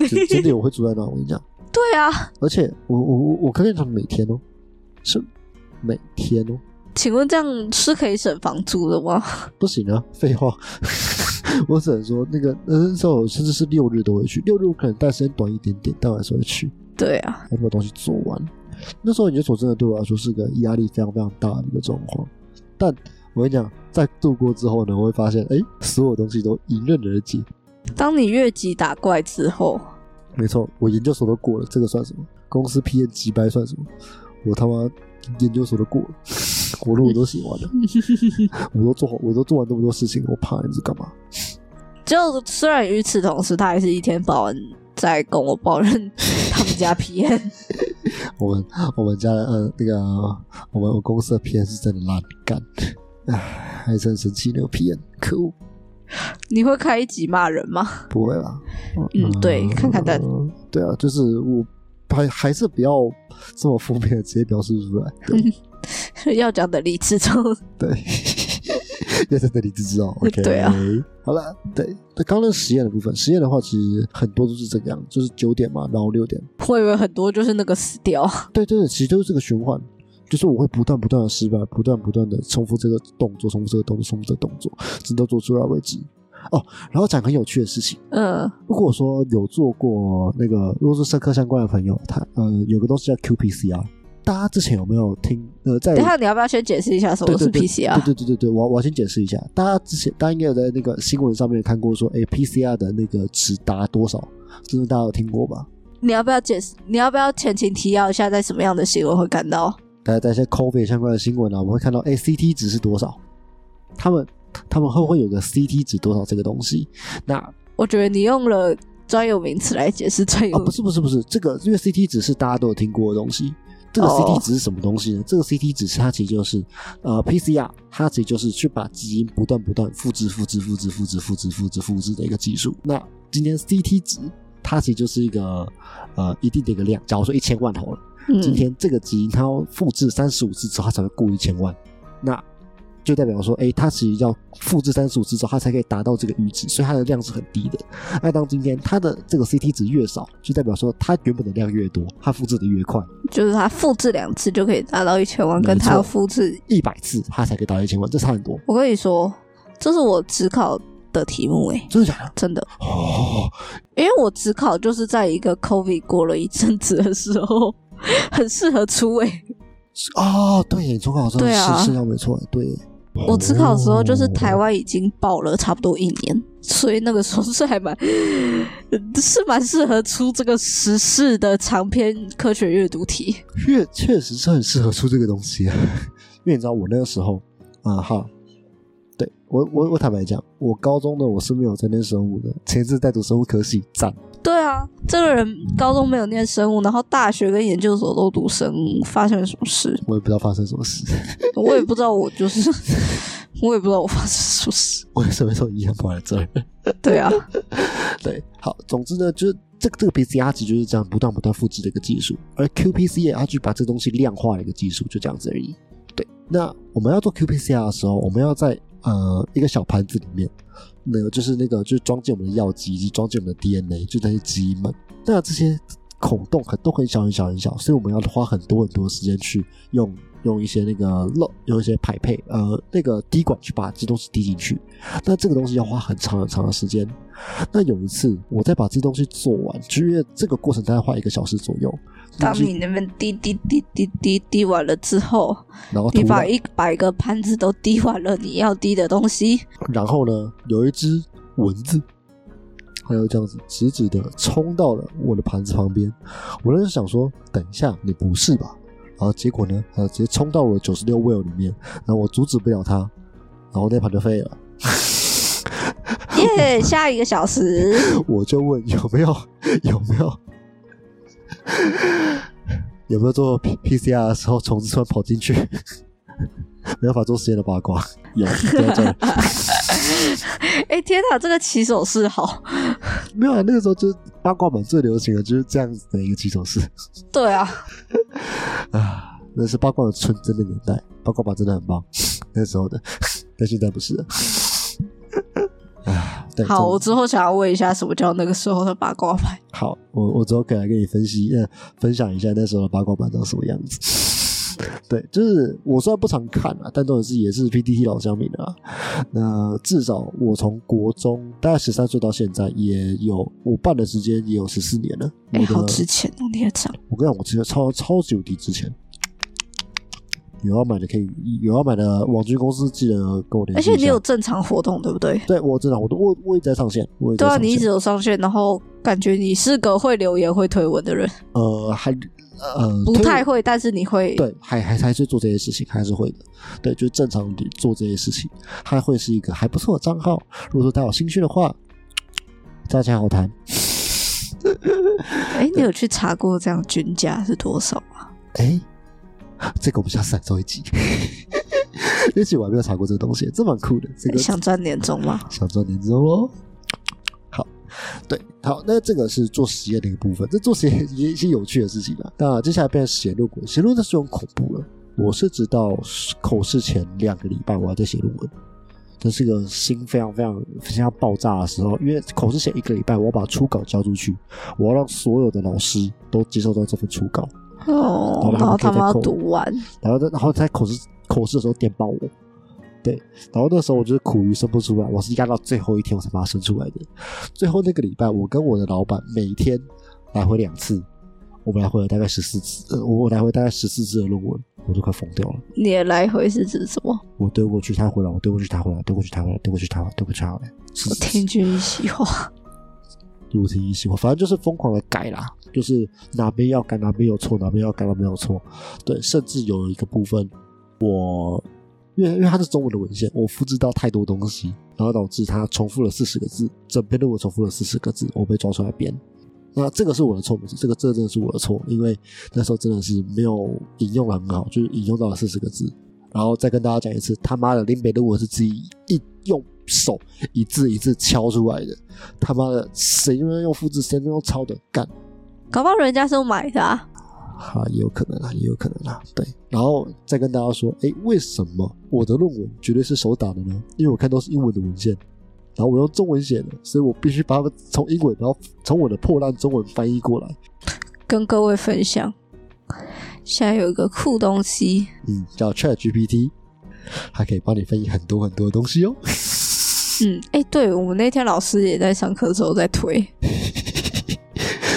[SPEAKER 2] 真真的有我会住在那，我跟你讲。
[SPEAKER 1] 对啊，
[SPEAKER 2] 而且我我我我跟你讲，每天哦，是每天哦，
[SPEAKER 1] 请问这样是可以省房租的吗？
[SPEAKER 2] 不行啊，废话。 (laughs) 我只能说，那个那时候我甚至是六日都会去，六日我可能待时间短一点点，但我还是会去。
[SPEAKER 1] 对啊，
[SPEAKER 2] 要把东西做完。那时候研究所真的对我来说是个压力非常非常大的一个状况，但我跟你讲，在度过之后呢，我会发现，哎、所有东西都迎刃而解。
[SPEAKER 1] 当你越级打怪之后，
[SPEAKER 2] 没错，我研究所都过了，这个算什么？公司 P N 几百算什么？我他妈研究所都过了， (laughs) 活路我都写完了，我都做好，我都做完那么多事情，我怕你是干嘛？
[SPEAKER 1] 就虽然与此同时，他还是一天到晚再跟我抱怨他们家 (laughs) PM。
[SPEAKER 2] 我们我们家的呃那个我们公司的 P N 是真的烂干，唉，还是很生气那个 P N，可恶，
[SPEAKER 1] 你会开一集骂人吗？ (laughs)
[SPEAKER 2] 不会啦。
[SPEAKER 1] 嗯对看看大
[SPEAKER 2] 嗯对啊，就是我还还是不要这么负面的直接表示
[SPEAKER 1] (laughs)
[SPEAKER 2] 出来。对
[SPEAKER 1] 要讲的理智中， (laughs)
[SPEAKER 2] 对，要在这里就知道。OK，
[SPEAKER 1] 对啊，
[SPEAKER 2] 好了，对，那刚刚实验的部分，实验的话其实很多都是这个样，就是九点嘛，然后六点，
[SPEAKER 1] 我以为很多就是那个死掉。
[SPEAKER 2] 对对对，其实都是这个循环，就是我会不断不断的失败，不断不断的重复这个动作，重复这个动作，重复这个动作，直到做出来为止。哦，然后讲个很有趣的事情，
[SPEAKER 1] 嗯，
[SPEAKER 2] 如果说有做过那个，如果是社科相关的朋友，他呃有个东西叫 QPCR，大家之前有没有听？呃，在
[SPEAKER 1] 等一下你要不要先解释一下什
[SPEAKER 2] 对
[SPEAKER 1] 么
[SPEAKER 2] 对
[SPEAKER 1] 是
[SPEAKER 2] 对
[SPEAKER 1] PCR？
[SPEAKER 2] 对对对对对，我我先解释一下，大家之前大家应该有在那个新闻上面看过说，哎，PCR 的那个值达多少？这是大家有听过吧？
[SPEAKER 1] 你要不要解释？你要不要前情提要一下，在什么样的新闻会看到？
[SPEAKER 2] 大家在一些 COVID 相关的新闻啊，我们会看到，哎，CT 值是多少？他们他们会会有个 CT 值多少这个东西？那
[SPEAKER 1] 我觉得你用了专有名词来解释专有
[SPEAKER 2] 啊，不是不是不是，这个因为 CT 值是大家都有听过的东西。这个
[SPEAKER 1] 哦
[SPEAKER 2] CT 值是什么东西呢这个 CT 值是它其实就是呃 PCR，它其实就是去把基因不断不断复制、复制、复制、复制、复制、复制、复制的一个技术。那今天 CT 值它其实就是一个呃一定的一个量，假如说一千万好了，今
[SPEAKER 1] 嗯
[SPEAKER 2] 天这个基因它要复制三十五次之后，它才会过一千万，那就代表说，哎、它其实要复制三十五次之后，它才可以达到这个阈值，所以它的量是很低的。那当今天它的这个 CT 值越少，就代表说它原本的量越多，它复制的越快，
[SPEAKER 1] 就是它复制两次就可以达到一千万，
[SPEAKER 2] 没
[SPEAKER 1] 跟它要
[SPEAKER 2] 错
[SPEAKER 1] 复制。
[SPEAKER 2] 一百次它才可以达到一千万，这差很多。
[SPEAKER 1] 我跟你说，这是我只考的题目诶、
[SPEAKER 2] 真的假的？
[SPEAKER 1] 真的，
[SPEAKER 2] 哦，
[SPEAKER 1] 因为我只考就是在一个 COVID 过了一阵子的时候， (laughs) 很适合出诶、
[SPEAKER 2] 是哦，对耶，你中考的时候
[SPEAKER 1] 对啊
[SPEAKER 2] 是是要没错，对耶。
[SPEAKER 1] 我只考的时候就是台
[SPEAKER 2] 哦，
[SPEAKER 1] 湾已经爆了差不多一年，所以那个时候是还蛮是蛮适合出这个时事的长篇科学阅读题。
[SPEAKER 2] 确确实是很适合出这个东西、啊， (laughs) 因为你知道我那个时候啊，哈，对我我我坦白讲，我高中的我是没有在念生物的，前一次在读生物科系，赞。
[SPEAKER 1] 对啊，这个人高中没有念生物，然后大学跟研究所都读生物，发生了什么事？
[SPEAKER 2] 我也不知道发生什么事， (laughs)
[SPEAKER 1] 我也不知道，我就是 (laughs) 我也不知道我发生什么事。
[SPEAKER 2] 我为什么从遗憾跑来这儿？
[SPEAKER 1] 对啊，
[SPEAKER 2] 对，好，总之呢，就是这个这个 PCR 值就是这样不断不断复制的一个技术，而 qPCR 它去把这东西量化的一个技术，就这样子而已。对，那我们要做 qPCR 的时候，我们要在呃一个小盘子里面，那个就是那个就是装进我们的药剂以及装进我们的 DNA，就那些基因们。那这些孔洞很都很小很小很小，所以我们要花很多很多时间去用用一些那个漏，用一些排配呃那个滴管去把这东西滴进去。那这个东西要花很长很长的时间。那有一次，我在把这东西做完，就因为这个过程大概花一个小时左右。
[SPEAKER 1] 当
[SPEAKER 2] 就是
[SPEAKER 1] 你那边滴滴滴滴滴滴完了之后，
[SPEAKER 2] 然后
[SPEAKER 1] 你
[SPEAKER 2] 突
[SPEAKER 1] 把
[SPEAKER 2] 然，
[SPEAKER 1] 一百个盘子都滴完了，你要滴的东西， (laughs)
[SPEAKER 2] 然后呢，有一只蚊子，还有这样子直直的冲到了我的盘子旁边。我那时候想说，等一下，你不是吧？然后结果呢，它直接冲到了九十六 well 里面，然后我阻止不了它，然后那盘就废了。
[SPEAKER 1] 耶、下一个小时。
[SPEAKER 2] 我就问有没有 (laughs) 有没有有没有做 P P C R 的时候虫子突然跑进去， (laughs) 没办法做实验的八卦，有不要这样
[SPEAKER 1] (laughs) 哎、天哪，这个起手式好。
[SPEAKER 2] 没有啊？那个时候就是八卦版最流行的就是这样子的一个起手式
[SPEAKER 1] (laughs) 对啊，
[SPEAKER 2] 啊，那是八卦的纯真的年代，八卦版真的很棒，那时候的，但现在不是了。啊，对，
[SPEAKER 1] 好，
[SPEAKER 2] 总
[SPEAKER 1] 我之后想要问一下，什么叫那个时候的八卦牌？
[SPEAKER 2] 好，我我之后可以来跟你分析，呃，分享一下那时候的八卦版长什么样子。对，就是我虽然不常看啊，但都是也是 PTT 老乡民的啊。那至少我从国中大概十三岁到现在，也有我办的时间也有十四年了。我
[SPEAKER 1] 哎、好
[SPEAKER 2] 的，
[SPEAKER 1] 值钱哦，你也讲。
[SPEAKER 2] 我跟你讲，我其实超超级无敌值钱。有要买的可以，有要买的网军公司记得跟我联
[SPEAKER 1] 而
[SPEAKER 2] 系一下。
[SPEAKER 1] 且你有正常活动，对不对？
[SPEAKER 2] 对我知道，我都我我一直在上线，我也在
[SPEAKER 1] 对啊，
[SPEAKER 2] 上线。
[SPEAKER 1] 你一直有上线，然后感觉你是个会留言、会推文的人，
[SPEAKER 2] 呃还呃
[SPEAKER 1] 不
[SPEAKER 2] 推
[SPEAKER 1] 太会，但是你会。
[SPEAKER 2] 对，还还还是做这些事情，还是会的。对，就正常地做这些事情，它会是一个还不错的账号。如果说大家有兴趣的话，大家好谈。
[SPEAKER 1] 哎、你有去查过这样均价是多少吗？
[SPEAKER 2] 哎、这个我们需要再做一集， (laughs) 因为其实我还没有查过这个东西，这蛮酷的。这个
[SPEAKER 1] 想赚年终吗？
[SPEAKER 2] 想赚年终喽。好，对，好，那这个是做实验的一个部分，这做实验也一些有趣的事情啊。那接下来变成写论文，写论文是很恐怖了。我是直到口试前两个礼拜，我还在写论文。这是个心非常非常非常要爆炸的时候，因为口试前一个礼拜，我要把初稿交出去，我要让所有的老师都接受到这份初稿，
[SPEAKER 1] 哦，然
[SPEAKER 2] 然后
[SPEAKER 1] 后他
[SPEAKER 2] 他们
[SPEAKER 1] 们
[SPEAKER 2] 要
[SPEAKER 1] 要
[SPEAKER 2] 读
[SPEAKER 1] 读完，
[SPEAKER 2] 然后在然后在口试口试的时候电爆我，对，然后那时候我就是苦于生不出来，我是压到最后一天我才把它生出来的。最后那个礼拜，我跟我的老板每天来回两次，我们来回了大概十四次，呃我我来回大概十四次的论文，我都快疯掉了。
[SPEAKER 1] 你的来回是指什么？
[SPEAKER 2] 我丢过去，他回来；我丢过去，他回来；丢过去，他回来；丢过去，他回来；丢过去，他回来。
[SPEAKER 1] 我听君一席话，
[SPEAKER 2] 如题一喜欢，反正就是疯狂的改啦，就是哪边要改哪边有错，哪边要改哪边有错。对，甚至有一个部分，我因为因为它是中文的文献，我复制到太多东西，然后导致它重复了四十个字，整篇论文重复了四十个字，我被抓出来编。那这个是我的错，没错，这个这真的是我的错，因为那时候真的是没有引用的很好，就是引用到了四十个字。然后再跟大家讲一次，他妈的林北论文是自己一用手一字一字敲出来的，他妈的，谁那边用复制，谁那边用抄的，干
[SPEAKER 1] 搞不好人家是买的啊。
[SPEAKER 2] 啊，也有可能啊，也有可能啊，对。然后再跟大家说，哎，为什么我的论文绝对是手打的呢？因为我看都是英文的文献，然后我用中文写的，所以我必须把它们从英文，然后从我的破烂中文翻译过来。
[SPEAKER 1] 跟各位分享，现在有一个酷东西，
[SPEAKER 2] 嗯，叫 Chat GPT，它可以帮你翻译很多很多的东西哦。 (laughs)
[SPEAKER 1] 嗯，哎、对我们那天老师也在上课的时候在推，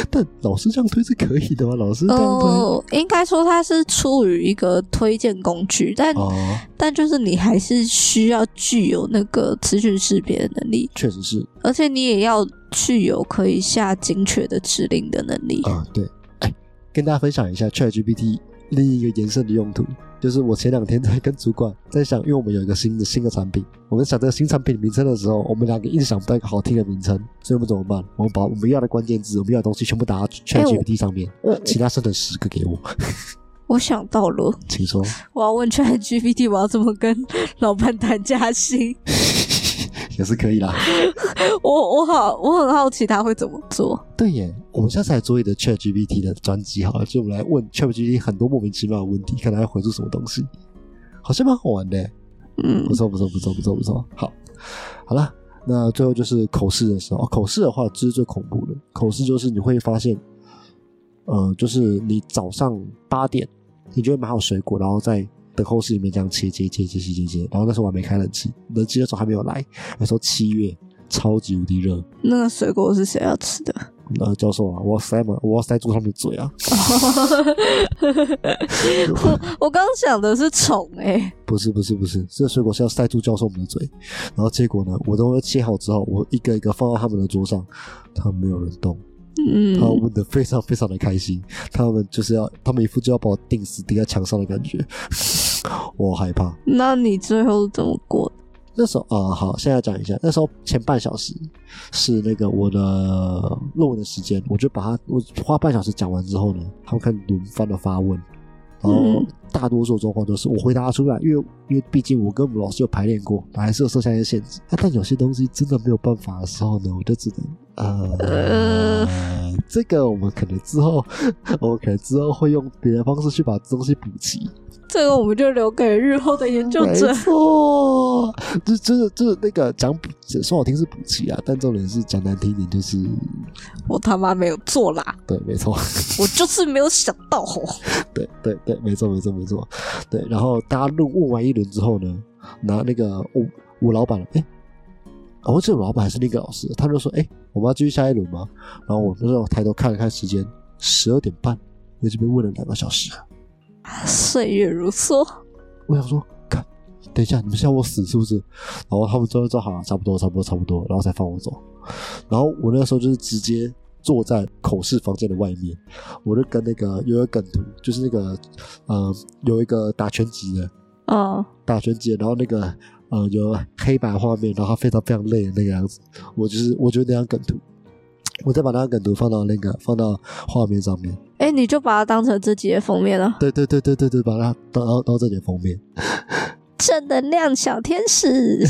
[SPEAKER 2] 但老师这样推是可以的吗？老师这样推？
[SPEAKER 1] 哦，应该说它是出于一个推荐工具，但、
[SPEAKER 2] 哦，
[SPEAKER 1] 但就是你还是需要具有那个资讯识别的能力，
[SPEAKER 2] 确实是
[SPEAKER 1] 而且你也要具有可以下精确的指令的能力。
[SPEAKER 2] 啊、对，哎，跟大家分享一下 ChatGPT 另一个延伸的用途，就是我前两天在跟主管在想，因为我们有一个新的新的产品，我们想这个新产品的名称的时候，我们两个硬想不到一个好听的名称，所以我们怎么办？我们把我们要的关键字，我们要的东西全部打到
[SPEAKER 1] 哎我
[SPEAKER 2] ChatGPT 上面，
[SPEAKER 1] 我
[SPEAKER 2] 请他生成十个给我，
[SPEAKER 1] 我想到了，
[SPEAKER 2] 请说。 (laughs)
[SPEAKER 1] 我要问 ChatGPT，我要怎么跟老板谈加薪？
[SPEAKER 2] 也是可以啦，
[SPEAKER 1] 我我好我很好奇他会怎么做。
[SPEAKER 2] 对耶，我们下次来做一个 ChatGPT 的专辑好了，就我们来问 ChatGPT 很多莫名其妙的问题，看它会回出什么东西，好像蛮好玩的耶。
[SPEAKER 1] 嗯
[SPEAKER 2] 不，错，不错，不错，不错，不错。好，好了，那最后就是口试的时候，哦口试的话，这是最恐怖的。口试就是你会发现，呃，就是你早上八点，你就会买好水果，然后在等候室里面这样切切切切切切切。然后那时候我还没开冷气，冷气那时候还没有来，那时候七月，超级无敌热。
[SPEAKER 1] 那个水果是谁要吃的？
[SPEAKER 2] 呃，教授啊，我要塞满，我要塞住他们的嘴啊！
[SPEAKER 1] (laughs) 我刚刚想的是虫哎、
[SPEAKER 2] 不是不是不是，这个水果是要塞住教授们的嘴，然后结果呢，我都切好之后，我一个一个放到他们的桌上，他们没有人动，
[SPEAKER 1] 嗯
[SPEAKER 2] 他，们问的非常非常的开心，他们就是要，他们一副就要把我钉死钉在墙上的感觉， (laughs) 我害怕。
[SPEAKER 1] 那你最后怎么过？
[SPEAKER 2] 那时候啊、好，现在讲一下，那时候前半小时是那个我的论文的时间，我就把它我花半小时讲完之后呢，他们开始轮番的发问，然后
[SPEAKER 1] 嗯
[SPEAKER 2] 大多数的状况都是我回答得出来，因为因为毕竟我跟我们老师有排练过，还是有设下一些限制、啊。但有些东西真的没有办法的时候呢，我就只能呃。
[SPEAKER 1] 呃
[SPEAKER 2] 这个我们可能之后， (laughs) 我们可能之后会用别的方式去把东西补齐。
[SPEAKER 1] 这个我们就留给日后的研究者
[SPEAKER 2] 没。错，这这这那个讲补说好听是补齐啊，但重点是讲难听一点就是
[SPEAKER 1] 我他妈没有做啦，
[SPEAKER 2] 对，没错， (laughs)
[SPEAKER 1] 我就是没有想到哦吼。
[SPEAKER 2] 对对对，没错没错没错，对。然后大家论问完一轮之后呢，拿那个我我老板哎。然后这我老板还是那个老师，他就说：“哎、我们要继续下一轮吗？”然后我那时候抬头看了看时间，十二点半，我已经被问了两个小时了。
[SPEAKER 1] 岁月如梭，
[SPEAKER 2] 我想说，看，等一下，你们是要我死是不是？然后他们最后说好了，差不多，差不多，差不多，然后才放我走。然后我那时候就是直接坐在口试房间的外面，我就跟那个有一个梗图，就是那个呃有一个打拳击的，
[SPEAKER 1] 嗯，
[SPEAKER 2] 打拳击的，然后那个呃有黑白画面，然后他非常非常累的那个样子，我就是我就那张梗图，我再把那个梗图放到那个放到画面上面。
[SPEAKER 1] 哎、你就把它当成自己的封面了，
[SPEAKER 2] 对对对对对对，把它当当当这点封面，
[SPEAKER 1] 正能量小天使。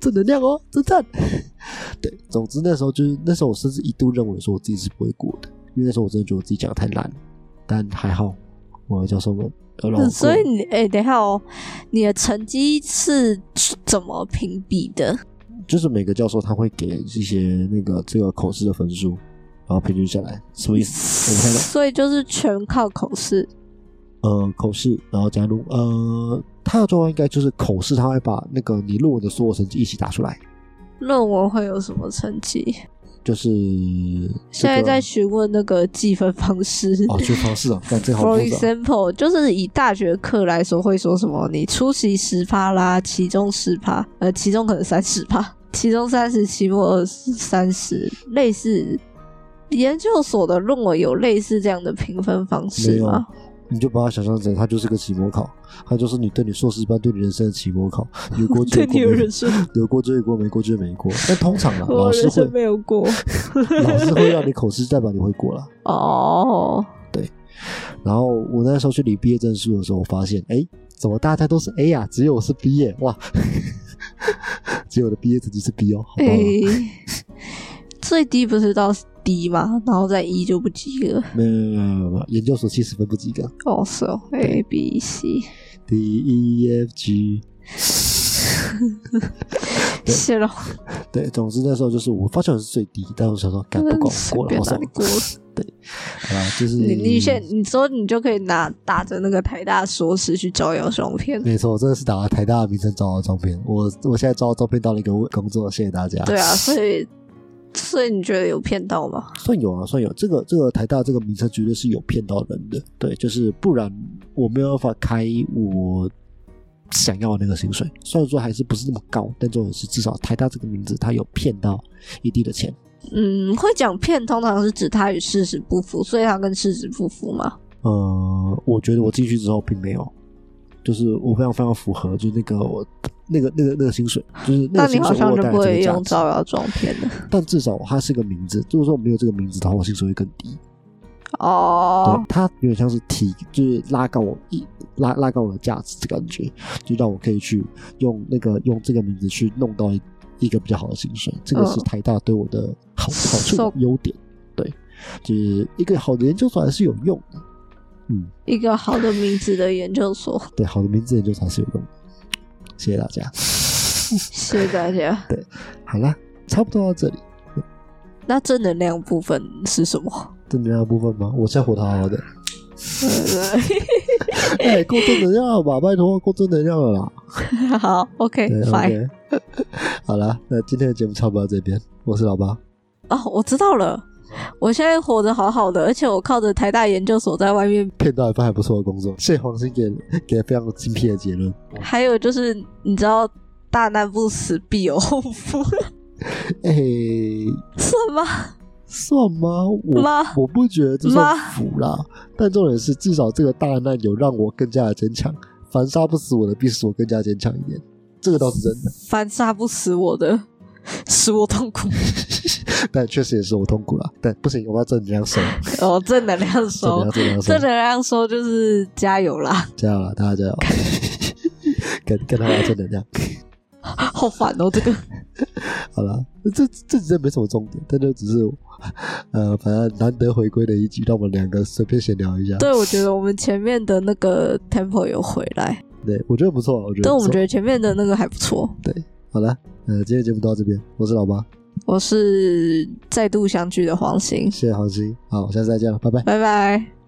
[SPEAKER 2] 正能量哦，真赞。 (laughs) 对，总之那时候就是那时候我甚至一度认为说我自己是不会过的，因为那时候我真的觉得我自己讲的太烂了，但还好我的教授们有让我过。
[SPEAKER 1] 所以你哎、等一下哦，你的成绩是怎么评比的？
[SPEAKER 2] 就是每个教授他会给一些那个这个口试的分数，然后平均下来，什么意思？我不太懂。
[SPEAKER 1] 所以就是全靠口试。
[SPEAKER 2] 呃，口试，然后加入呃，他的状况应该就是口试，他会把那个你论文的所有成绩一起打出来，
[SPEAKER 1] 论文会有什么成绩？
[SPEAKER 2] 就是、这
[SPEAKER 1] 现
[SPEAKER 2] 个
[SPEAKER 1] 在在询问那个计分方式。
[SPEAKER 2] 哦，就方式啊，干这好
[SPEAKER 1] For
[SPEAKER 2] 复杂。
[SPEAKER 1] example，就是以大学课来说，会说什么？你出席十趴啦，其中十趴，呃，其中可能三十趴，其中三十，期末二十三十，类似研究所的论文有类似这样的评分方
[SPEAKER 2] 没
[SPEAKER 1] 式
[SPEAKER 2] 有
[SPEAKER 1] 吗？
[SPEAKER 2] 你就把它想象成，它就是个期末考，它就是你对你硕士班、对你人生的期
[SPEAKER 1] (laughs)
[SPEAKER 2] 末考，有过就
[SPEAKER 1] 对
[SPEAKER 2] 有
[SPEAKER 1] 你
[SPEAKER 2] 过，
[SPEAKER 1] 的人生
[SPEAKER 2] 有过就有过，没过就没
[SPEAKER 1] (laughs)
[SPEAKER 2] 过。但通常啦，
[SPEAKER 1] 我
[SPEAKER 2] 老师
[SPEAKER 1] 人生
[SPEAKER 2] 会
[SPEAKER 1] 没有过
[SPEAKER 2] 老师会让你口试，代表你会过啦。
[SPEAKER 1] 哦，
[SPEAKER 2] 然后我那时候去领毕业证书的时候，我发现，哎，怎么大家都是 A 呀、只有我是 B 耶、哇！ (laughs) 只有我的毕业成绩是 B 哦，好棒、
[SPEAKER 1] 诶、
[SPEAKER 2] 哦
[SPEAKER 1] 哎最低不是到 D 吗？然后再 E 就不及格。
[SPEAKER 2] 没有没有没有没有，研究所七十分不及格。
[SPEAKER 1] 哦，是哦，A B C，
[SPEAKER 2] D E F G，对
[SPEAKER 1] 谢了，
[SPEAKER 2] 对，总之那时候就是我发现我是最低，但我想说，干不管我
[SPEAKER 1] 随
[SPEAKER 2] 过了，
[SPEAKER 1] 便
[SPEAKER 2] 好
[SPEAKER 1] 哪
[SPEAKER 2] 爽
[SPEAKER 1] 里，过了。
[SPEAKER 2] 好啦，就是
[SPEAKER 1] 你你现你说你就可以拿打着那个台大硕士去招摇撞骗，
[SPEAKER 2] 没错，我真的是打了台大的名称招到照片，我我现在招到照片到了一个工作，谢谢大家。
[SPEAKER 1] 对啊，所以所以你觉得有骗到吗？
[SPEAKER 2] 算有啊，算有。这个这个台大这个名称绝对是有骗到人的，对，就是不然我没有办法开我想要的那个薪水。虽然说还是不是那么高，但重点是至少台大这个名字它有骗到一定的钱。
[SPEAKER 1] 嗯，会讲骗通常是指它与事实不符，所以它跟事实不符嘛。
[SPEAKER 2] 呃，我觉得我进去之后并没有，就是我非常非常符合，就是那个我那个那个那个薪水，就是
[SPEAKER 1] 那
[SPEAKER 2] 那个
[SPEAKER 1] 你
[SPEAKER 2] 薪
[SPEAKER 1] 好
[SPEAKER 2] 水为
[SPEAKER 1] 像
[SPEAKER 2] 我
[SPEAKER 1] 就
[SPEAKER 2] 带来
[SPEAKER 1] 不会
[SPEAKER 2] 这
[SPEAKER 1] 用
[SPEAKER 2] 个
[SPEAKER 1] 招
[SPEAKER 2] 价值。
[SPEAKER 1] 摇撞骗的
[SPEAKER 2] 但至少它是个名字，就是说没有这个名字的话，我薪水会更低。
[SPEAKER 1] 哦
[SPEAKER 2] 对，。它有点像是提，就是拉高我一拉拉高我的价值的感觉，就让我可以去用那个用这个名字去弄到一一个比较好的薪水，这个是
[SPEAKER 1] 嗯
[SPEAKER 2] 台大对我的好好处
[SPEAKER 1] 受
[SPEAKER 2] 吧优点，对，就是一个好的研究所还是有用的，嗯，
[SPEAKER 1] 一个好的名字的研究所，
[SPEAKER 2] 对，好的名字研究所还是有用的，谢谢大家，
[SPEAKER 1] 谢谢大家。
[SPEAKER 2] 好啦，差不多到这里，
[SPEAKER 1] 那正能量部分是什么？ (laughs)
[SPEAKER 2] 正能量的部分吗？我现在活得好好的，哎、够正能量了吧，拜托，够正能量了啦。
[SPEAKER 1] 好
[SPEAKER 2] 对
[SPEAKER 1] ，OK，fine。
[SPEAKER 2] 嗯 OK，好 (laughs) 了，那今天的节目差不多到这边，我是老八，
[SPEAKER 1] 哦，我知道了。我现在活得好好的，而且我靠着台大研究所在外面
[SPEAKER 2] 骗到一份还不错的工作，谢谢黄鑫给给非常精辟的结论，
[SPEAKER 1] 还有就是，你知道大难不死必有后福
[SPEAKER 2] 哎、
[SPEAKER 1] 是吗？
[SPEAKER 2] 算吗？我
[SPEAKER 1] 妈
[SPEAKER 2] 我不觉得这算福啦，但重点是至少这个大难有让我更加的坚强，凡杀不死我的，必使我更加坚强一点，这个倒是真的，
[SPEAKER 1] 凡杀不死我的，使我痛苦。
[SPEAKER 2] 但确实也是我痛苦啦，但不行，我要正能量收，
[SPEAKER 1] 哦，正能量
[SPEAKER 2] 正能
[SPEAKER 1] 说
[SPEAKER 2] 量，正能量收
[SPEAKER 1] 正，能量说就是加油啦，
[SPEAKER 2] 加油啦，大家加油， (laughs) 跟跟他们正能量。
[SPEAKER 1] 好烦哦，这个
[SPEAKER 2] 好了，这这集真没什么重点，但就只是，呃，反正难得回归的一集，让我们两个随便闲聊一下。
[SPEAKER 1] 对我觉得我们前面的那个 tempo 有回来，
[SPEAKER 2] 对，我觉得不错，我觉得
[SPEAKER 1] 但
[SPEAKER 2] 不
[SPEAKER 1] 我
[SPEAKER 2] 错。
[SPEAKER 1] 们觉得前面的那个还不错。
[SPEAKER 2] 好了，呃，今天节目到这边，我是老八，
[SPEAKER 1] 我是再度相聚的黄鑫，
[SPEAKER 2] 谢谢黄鑫，好，下次再见了，拜拜。
[SPEAKER 1] 拜拜。